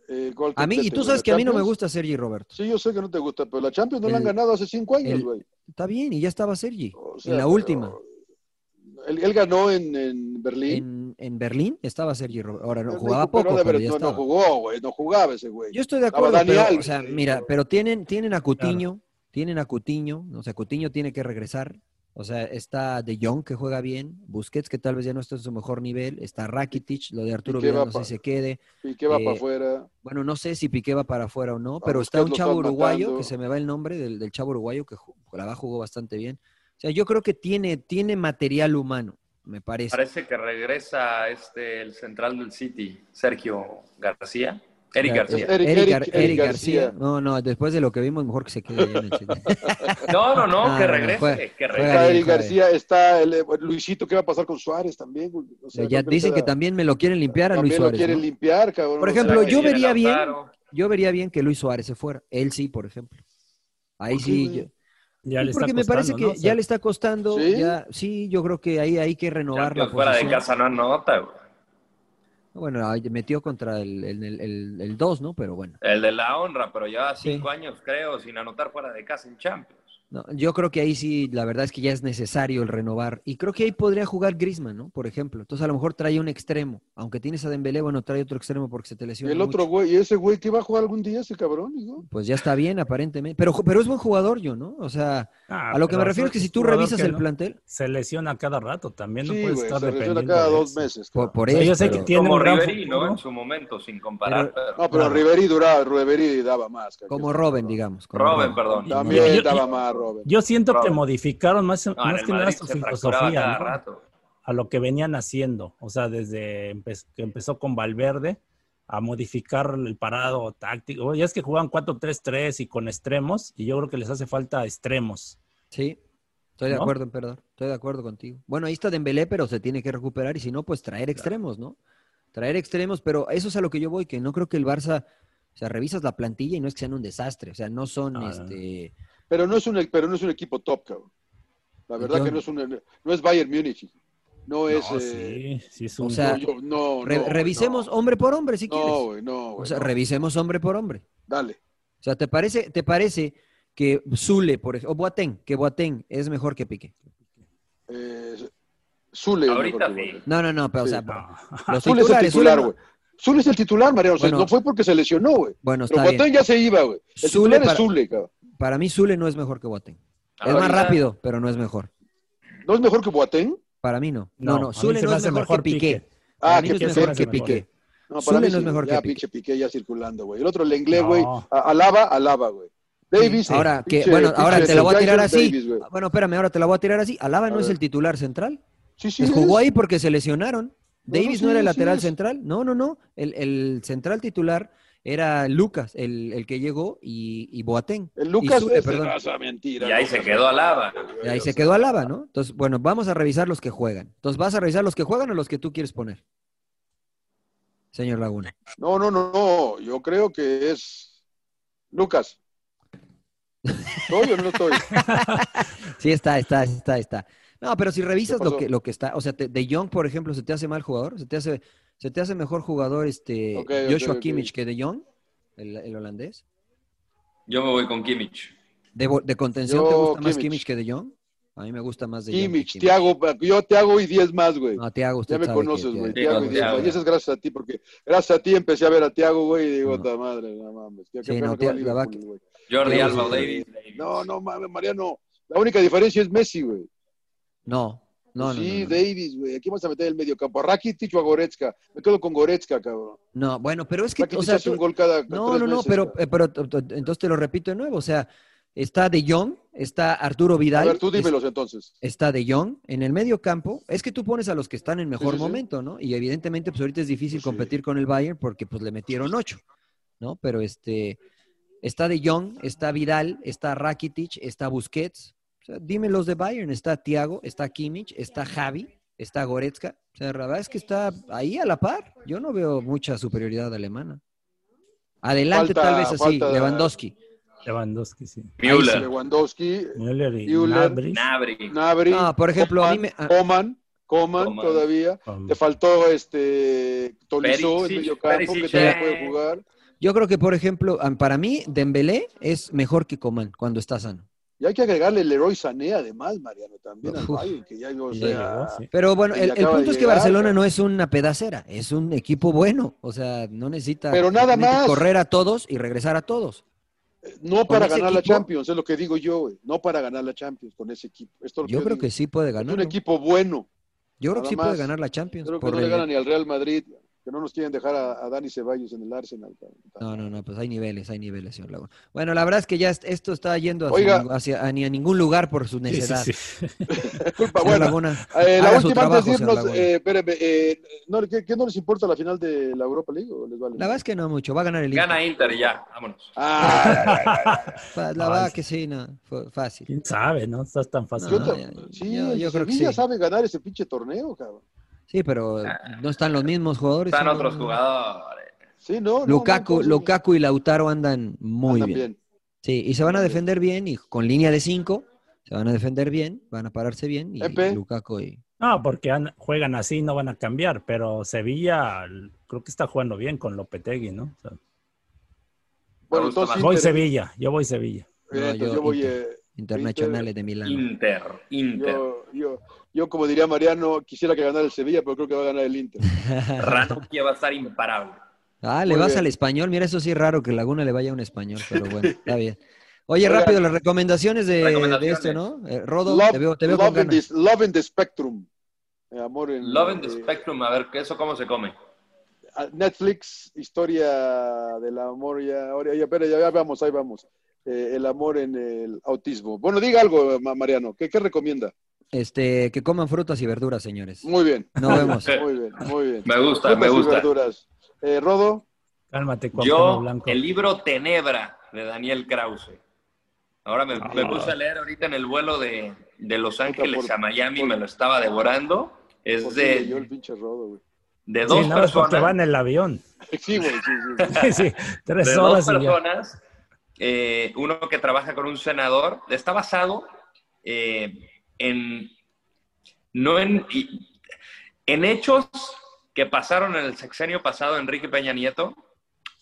el eh, gol que A mí, y meten tú en sabes la que a mí no me Champions. gusta Sergi Roberto. Sí, yo sé que no te gusta, pero la Champions no la han El- ganado hace cinco años, el- güey. Está bien, y ya estaba Sergi. O sea, en la pero- última. Él, él ganó en, en Berlín. En, en Berlín estaba Sergi Roberto. Ahora no, Él jugaba recuperó poco, de pero Berlín, ya no, no estaba. jugó, güey, no jugaba ese güey. Yo estoy de Estaba acuerdo, Dani pero, Alves, o sea, sí, mira, pero- pero tienen, tienen a Cutiño, tienen a Cutiño, o sea, Cutiño tiene que regresar. O sea, está De Jong que juega bien, Busquets que tal vez ya no está en su mejor nivel, está Rakitic, lo de Arturo Piqué va Vidal no sé pa- si se quede. Y que va eh, para afuera. Bueno, no sé si Piqué va para afuera o no, pero Busquets está un pues lo chavo están uruguayo matando. que se me va el nombre del, del chavo uruguayo que ju- la va jugó bastante bien. O sea, yo creo que tiene, tiene material humano, me parece. Parece que regresa este el central del City, Sergio García. Eric Ya, García. eh, Eric, Eric- Gar- Eric Eric García. García. No, no, después de lo que vimos, mejor que se quede ahí en el City. No, no, no, Ah, que no, regrese, juega- que juega regrese. Está bien, el juega García, está el, eh, Luisito, ¿qué va a pasar con Suárez también? güey? O sea, ya no dicen que queda- también me lo quieren limpiar a Luis también lo Suárez. quieren ¿no? limpiar, cabrón. Por o sea, ejemplo, yo que- Viene vería bien- Lautaro. Yo vería bien que Luis Suárez se fuera. Él sí, por ejemplo. Ahí ¿Por qué, sí. güey? yo- Ya le está porque me parece que costando, ¿no? O sea, ya le está costando. ¿Sí? Ya, sí, yo creo que ahí hay que renovar la Champions fuera de posición. casa no anota, güey. Bueno, ahí metió contra el 2, el, el- el dos, ¿no? Pero bueno. El de la honra, pero lleva Sí. cinco años, creo, sin anotar fuera de casa en Champions. no, yo creo que ahí sí, la verdad es que ya es necesario el renovar. Y creo que ahí podría jugar Grisman, ¿no? Por ejemplo. Entonces a lo mejor trae un extremo. Aunque tienes a Dembélé, bueno, trae otro extremo porque se te Y lesiona. el otro mucho. güey, y ese güey que va a jugar algún día, ese cabrón, hijo? Pues ya está bien, aparentemente. Pero, pero es buen jugador yo, ¿no? O sea, ah, a lo que me pero refiero es que si tú jugador revisas que el no- plantel, Se lesiona cada rato también, no Sí, puedes güey, estar se dependiendo. lesiona cada de dos eso. meses. por, cabrón. por O sea, eso. yo sé pero- que tiene Como un gran Ribery, ¿no? futuro. En su momento, sin comparar. pero- No, pero Claro. Ribery duraba, Ribery daba más. cabrón. Como Robin, digamos. como Robben, perdón. También Yo- yo- daba más, Robert. Yo siento que Robert. modificaron más, No, en más el que nada Madrid su se fracturaba filosofía, cada ¿no? rato. a lo que venían haciendo. O sea, desde empe- que empezó con Valverde a modificar el parado táctico. Bueno, Ya es que jugaban 4-3-3 y con extremos, y yo creo que les hace falta extremos. Sí, estoy de ¿No? acuerdo, emperador. Estoy de acuerdo contigo. Bueno, ahí está Dembélé, pero se tiene que recuperar y si no, pues traer extremos, ¿no? Traer extremos, pero eso es a lo que yo voy, que no creo que el Barça, o sea, revisas la plantilla y no es que sean un desastre, o sea, no son, Ah, No, no, no. este, Pero no es un, pero no es un equipo top, cabrón. La verdad Yo- que no es un, no es Bayern Múnich. No es. No, eh, sí, sí es Pues, o un- sea, no, yo- no, Ah, re- no, revisemos no. hombre por hombre, si quieres. No, güey, no, güey. o sea, no. revisemos hombre por hombre. Dale. O sea, ¿te parece, te parece que Zule, por ejemplo, o Boateng, que Boateng es mejor que Pique? Eh, Zule. es Ahorita mejor que sí. Guardiola. No, no, no, pero Sí. Ah, o sea, no. los Zule es el titulares, Zule titular, no- güey. Zule es el titular, Mariano. O sea, Bueno. no fue porque se lesionó, güey. Bueno, está Pero bien. Boateng ya se iba, güey. Zule El titular es para- Zule, cabrón. Para mí Zule no es mejor que Boateng. Es Ahorita- más rápido, pero no es mejor. ¿No es mejor que Boateng? Para mí no. No, No, no, a mí Zule se no me es hace mejor, mejor que Piqué. Piqué. Para Ah, mí que Piqué es se Piqué. mejor me que hace Piqué. mejor. No, para Zule mí no es sí, mejor ya, que Piqué. pinche Piqué ya circulando, güey. El otro el inglés, No. güey. a- Alaba, alaba, güey. Davis. Ahora, que, pinche- bueno, ahora pinche te la voy a tirar Jonathan así. Davis, güey. bueno, espérame, ahora te la voy a tirar así. Alaba A no es ver. el titular central. sí, sí. Pues jugó es. ahí porque se lesionaron. No, Davis sí, no era el sí lateral es. central. No, no, no. El, el central titular era Lucas, el, el que llegó, y, y Boateng. El Lucas, Y Zule, es- perdón. o sea, mentira. Y ahí ¿no? se quedó Alaba. Y ahí se quedó Alaba, ¿no? Entonces, bueno, vamos a revisar los que juegan. Entonces, ¿vas a revisar los que juegan o los que tú quieres poner? Señor Laguna. No, no, no, no. Yo creo que es Lucas. ¿Estoy o no estoy? Sí, está, está, está, está. No, pero si revisas lo pasó? que, lo que está, o sea, te- De Jong, por ejemplo, ¿se te hace mal jugador? ¿Se te hace, se te hace mejor jugador este Ok, ok, Joshua ok. Kimmich que De Jong, el, el holandés? Yo me voy con Kimmich. ¿De, bo- de contención Yo, te gusta más Kimmich. Kimmich que De Jong? A mí me gusta más De Jong. que Kimmich, Kimmich. Tiago, yo te hago y 10 más, güey. No, Thiago, usted Ya me sabe que- conoces, güey. que- Thiago, Tiago y 10 Thiago. más. Y eso es gracias a ti, porque gracias a ti empecé a ver a Tiago, güey, y digo, No. ta madre, no mames. Ya Sí, no, qué pena que va Thiago, la Liverpool, vaca- güey. Jordi Pero- Alba o Davis. No, no mames, Mariano. La única diferencia es Messi, güey. No, no, no. sí, no, no, no. Davis, güey. Aquí vamos a meter el mediocampo. Rakitic o a Goretzka. Me quedo con Goretzka, cabrón. No, bueno, pero es que, Rakitic o sea, hace un tú- gol cada no, tres no, no, meses, pero, cabrón. eh, pero t- t- entonces te lo repito de nuevo, o sea, está De Jong, está Arturo A Vidal, ver, tú es- dímelos entonces. está De Jong en el medio campo, es que tú pones a los que están en mejor sí, sí. momento, ¿no? Y evidentemente, pues ahorita es difícil Sí. competir con el Bayern porque pues le metieron ocho, ¿no? Pero este, está De Jong, está Vidal, está Rakitic, está Busquets, o sea, dime los de Bayern, está Thiago, está Kimmich, está Javi, está Goretzka, o sea, la verdad es que está ahí a la par, yo no veo mucha superioridad alemana. Adelante Falta- tal vez así, falta- Lewandowski. Lewandowski, sí. Müller, Lewandowski, Müller y Müller, Gnabry. Nabri, Nabri. No, ah. por ejemplo, a mí me- a- Coman, Coman, Coman. todavía. Con- Te faltó este Perisic, Tolizó, el mediocampo, que Perisic, también eh. puede jugar. Yo creo que, por ejemplo, am- para mí, Dembélé es mejor que Coman cuando está sano. Y hay que agregarle el Leroy Sané, además, Mariano, también al Uf. Bayern, que ya, o Sí, sea, sí. Pero bueno, Y el, el acaba de punto es que llegar, Barcelona güey. no es una pedacera, es un equipo bueno. O sea, no necesita Pero nada simplemente más. correr a todos y regresar a todos. No para ese ganar la equipo- Champions, es lo que digo yo, güey. No para ganar la Champions con ese equipo. Esto es lo Yo creo digo. que sí puede es ganar. un equipo bueno. Yo creo que nada sí puede más. ganar la Champions. Creo que por no le el- ganan ni al Real Madrid, que no nos quieren dejar a, a Dani Ceballos en el Arsenal. cabrón. No, no, no, pues hay niveles, hay niveles, señor Laguna. Bueno, la verdad es que ya est- esto está yendo hacia, Oiga. hacia- a, ni a ningún lugar por su Sí, sí, necedad. sí. Disculpa, Señor bueno. Laguna, eh, la haga su última antes trabajo, de señor irnos, Laguna. eh, espérame, eh, no, ¿qué, qué no les importa la final de la Europa League o les vale? La verdad es que no mucho, va a ganar el Inter. gana Inter y ya, vámonos. Ah, Fa- La Fácil. verdad que sí, no, fue fácil. ¿Quién sabe, no? Estás tan fácil. yo No, te- ya- sí, yo- yo el creo que Sevilla sí. sabe ganar ese pinche torneo, cabrón. Sí, pero no están los mismos jugadores. Están ¿no? otros jugadores. Sí, no. no, no, Lukaku, entonces, Lukaku y Lautaro andan muy andan bien. Sí, y se van a Andan defender bien y con línea de 5 se van a defender bien, van a pararse bien y Pepe. Lukaku y No, porque an- juegan así, no van a cambiar, pero Sevilla l- creo que está jugando bien con Lopetegui, ¿no? O sea, Me Bueno, gusta entonces más. voy Inter- Sevilla, yo voy Sevilla. eh, No, entonces yo yo voy, Inter. eh, internacionales de Milán. Inter, Inter. yo, yo, yo, como diría Mariano, quisiera que ganara el Sevilla, pero creo que va a ganar el Inter. Ranocchia va a estar imparable. ah, le Muy vas bien. al español. Mira, eso sí es raro que Laguna le vaya a un español, pero bueno, está bien. Oye, Oigan. rápido, las recomendaciones de, de Recomendaciones. esto, ¿no? Eh, Rodo, Love, te veo, te veo con love, in ganas. this- love in the Spectrum. Eh, amor en Love in the eh, Spectrum, a ver, ¿qué- ¿eso cómo se come? a- Netflix, historia del amor. Ya, ahora- ya, pero ya, ya vamos, ahí vamos. Eh, el amor en el autismo. Bueno, diga algo, Ma- Mariano. ¿Qué, qué recomienda? Este, que coman frutas y verduras, señores. Muy bien, Nos vemos. muy bien, muy bien. Me gusta, me Frutas y gusta. verduras. Eh, Rodo, Cálmate, Cuauhtémoc Yo, Blanco. el libro Tenebra de Daniel Krause. Ahora me, me Ah. puse a leer ahorita en el vuelo de, de Los Ángeles por- a Miami, por- me lo estaba devorando. Es ¿por qué leyó el de, pinche Rodo, güey? de dos Sí, no, es porque va personas. en el avión. Sí, güey, sí, sí, sí. Sí, sí, de tres dos horas y ya. personas, eh, uno que trabaja con un senador, está basado eh, en, no en, y- en hechos que pasaron en el sexenio pasado Enrique Peña Nieto,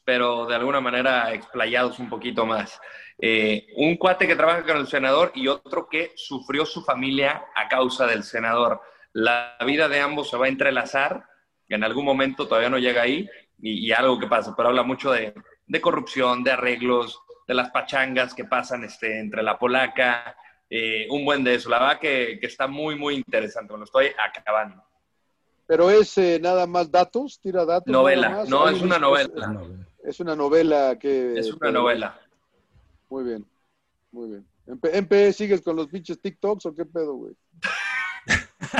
pero de alguna manera explayados un poquito más. Eh, un cuate que trabaja con el senador y otro que sufrió su familia a causa del senador. La vida de ambos se va a entrelazar, en algún momento todavía no llega ahí, y, y algo que pasa, pero habla mucho de, de corrupción, de arreglos, de las pachangas que pasan este, entre la polaca, eh, un buen de eso. La verdad que, que está muy, muy interesante, me lo estoy acabando. Pero es eh, nada más datos, tira datos. nada Novela, más. no, Hay es un- una novela. Ah, No, Es una novela que... este, Es una novela. Muy bien, muy bien. ¿En P- en P ¿sigues con los pinches TikToks o qué pedo, güey?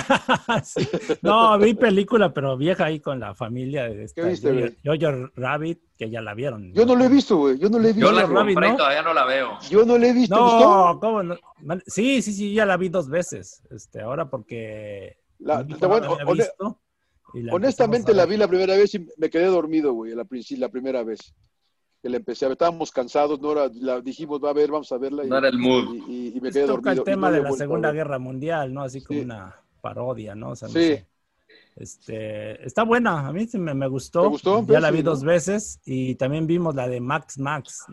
Sí. No, vi película, pero vieja ahí con la familia de esta. ¿Qué viste, Jojo- güey? Jojo Rabbit, que ya la vieron. Yo no lo he visto, güey. Yo no lo he visto. Yo la Jojo Rabbit, compré y ¿no? todavía no la veo. Yo no lo he visto. No, ¿Gustó? ¿cómo no? Man- Sí, sí, sí, ya la vi dos veces. Este, ahora porque La- mi hijo te voy a- no la había hone- visto y la honestamente empezamos a la ver. vi la primera vez y me quedé dormido, güey, la, princi- la primera vez. Que la empecé a ver. Estábamos cansados, no era, la dijimos, va a ver, vamos a verla. Y, No era el mood. y- y- y me Pues quedé toca dormido. el y tema no la he de la vuelto a Segunda ver. Guerra Mundial, ¿no? Así como Sí. una parodia, ¿no? O sea, no Sí. sé. Este, está buena, a mí sí me, me gustó. ¿Te gustó? Ya la Sí, vi ¿no? dos veces y también vimos la de Max Max,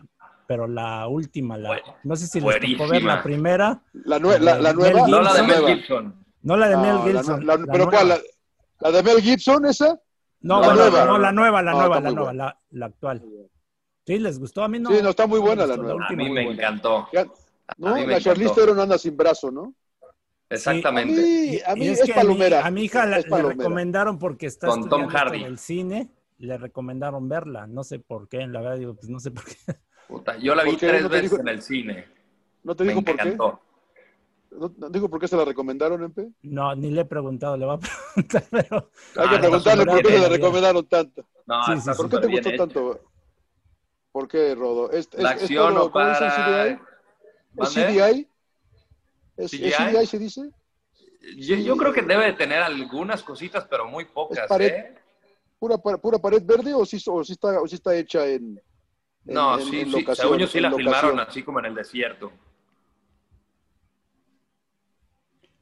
pero la última, la, Bueno, no sé si les tocó buenísima. ver la primera, La, nue- la- la Mel nueva. No la de Mel nueva. Gibson. no la de No, Mel Ah, la- Gibson. la- la pero nueva. ¿cuál? La, la de Mel Gibson, esa? No, la bueno, nueva. Ah, no, la nueva, la No, nueva, está la muy nueva, buena. la, la actual. Sí, les gustó a mí no. sí, no, está muy no me buena la gustó nueva. A última, mí muy me buena. encantó. Ya- mí ¿no? me La encantó. Charlize Theron anda sin brazo, ¿no? A Exactamente. mí, a Y mí es es, que a mi- palomera. A mi, hija la, Es le palomera. recomendaron porque está Con Tom estudiando Hardy. esto del cine, le recomendaron verla, no sé por qué, la verdad digo, pues no sé por qué. Puta, yo la vi ¿Por qué tres no te veces dijo? en el cine. ¿No te Me digo por qué? encantó. ¿No, no digo por qué se la recomendaron, Empe? No, ni le he preguntado, le voy a preguntar, pero Hay Ah, que está preguntarle súper por qué bien se la hecha. recomendaron tanto. No, Sí, sí, está sí. ¿Por qué súper te bien gustó hecha. tanto? ¿Por qué, Rodo? ¿Es, es- La es acción todo- no ¿cómo dicen para. CGI? ¿Es ¿Mande? CGI? ¿Es, es CGI? CGI se dice? Yo, yo creo que debe de tener algunas cositas, pero muy pocas, Es pared. ¿eh? ¿Pura, pa- pura pared verde o sí, o sí está, o sí está hecha en, en- No, en- sí, en sí. locación, según yo sí en la locación? filmaron así como en el desierto.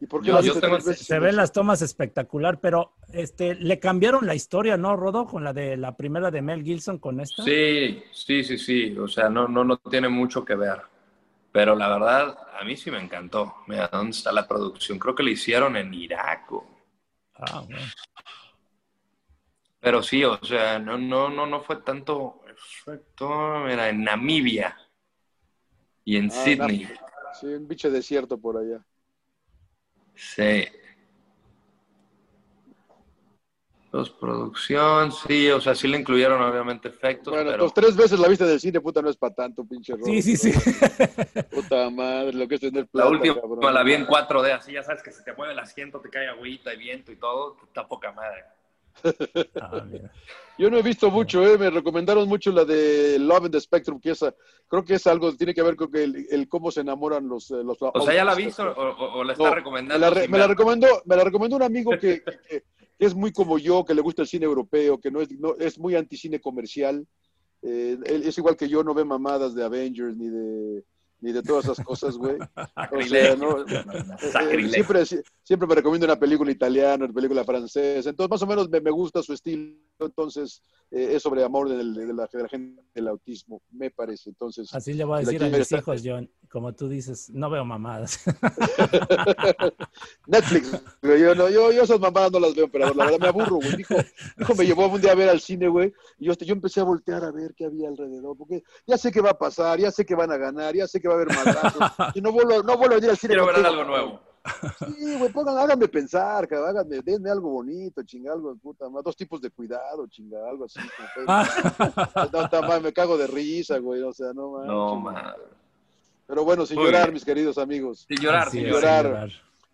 ¿Y por qué Yo- la yo viste tengo- tres veces? se ven las tomas espectacular, pero este le cambiaron la historia, ¿no, Rodo? Con la de la primera de Mel Gibson con esta. Sí, sí, sí, sí. O sea, no, no, no tiene mucho que ver. Pero la verdad, a mí sí me encantó. Mira, ¿dónde está la producción? Creo que la hicieron en Irak. o- Ah, bueno. Pero sí, o sea, no, no, no, no fue tanto efecto. Mira, en Namibia y en Ah, Sydney. Namibia. Sí, un bicho desierto por allá. Sí. Los producción, sí, o sea, sí le incluyeron obviamente efectos, Bueno, pero entonces tres veces la viste del cine, puta, no es para tanto, pinche Rodo. Sí, sí, sí. Puta madre, lo que es tener la plata, última cabrón. la vi en 4D, así ya sabes que se te mueve el asiento, te cae agüita y viento y todo, está poca madre. Ah, mira. Yo no he visto mucho, eh, me recomendaron mucho la de Love in the Spectrum, que esa, creo que es algo, tiene que ver con que el, el cómo se enamoran los... eh, los O sea, ¿ya la visto o, o- o la está No, Me recomendando? la, re- sin me la ver? recomendó, me la recomendó un amigo que, que- que es muy como yo, que le gusta el cine europeo, que no es, no, es muy anticine comercial. Eh, él es igual que yo, no ve mamadas de Avengers ni de, ni de todas esas cosas, güey. O sea, no, Eh, eh, Sacrilegio. Siempre, sie- siempre me recomiendo una película italiana, una película francesa. Entonces, más o menos me, me gusta su estilo. Entonces, eh, es sobre amor del- de, la, de la gente del autismo, me parece. Entonces, Así le voy a Y la decir a quiere mis estar- hijos, John, como tú dices, no veo mamadas. Netflix, güey, yo, no, yo, yo esas mamadas no las veo, pero la verdad me aburro, güey. Dijo, me llevó un día a ver al cine, güey, y yo, yo empecé a voltear a ver qué había alrededor, porque ya sé qué va a pasar, ya sé que van a ganar, ya sé que va a haber madrazos, y no vuelvo, no vuelvo a ir al cine. Quiero ver contigo, algo nuevo. Sí, güey, pongan, háganme pensar, cabrón, háganme, denme algo bonito, chinga algo, puta madre, dos tipos de cuidado, chinga algo así. como Ah. que- No, ta madre, me cago de risa, güey, o sea, no, No, manches. man. Pero bueno, sin Muy llorar, bien. mis queridos amigos. Sin llorar, Así sin es, llorar. llorar.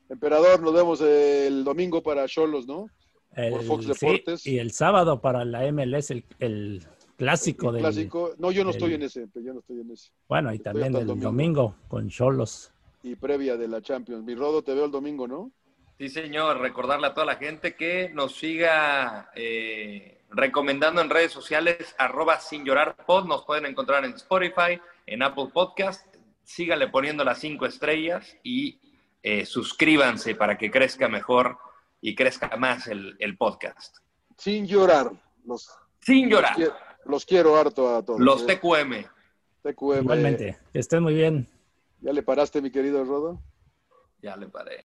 Emperador, nos vemos el domingo para Cholos, ¿no? El- Por Fox sí, Deportes. y el sábado para la MLS, el, el clásico El del. clásico. No, yo no del- estoy en ese, pero yo no estoy en ese. Bueno, y Estoy también hasta el el domingo, domingo. con Cholos. Y previa de la Champions. Mi Rodo, te veo el domingo, ¿no? Sí, señor, recordarle a toda la gente que nos siga eh, recomendando en redes sociales, arroba sin llorar pod, nos pueden encontrar en Spotify, en Apple Podcast, sígale poniendo las cinco estrellas y eh, suscríbanse para que crezca mejor y crezca más el, el podcast. Sin llorar. Los, Sin llorar, quie- los quiero harto a todos. los eh. TQM. TQM. Pues Igualmente, que estén muy bien. ¿Ya le paraste, mi querido Rodo? Ya le paré.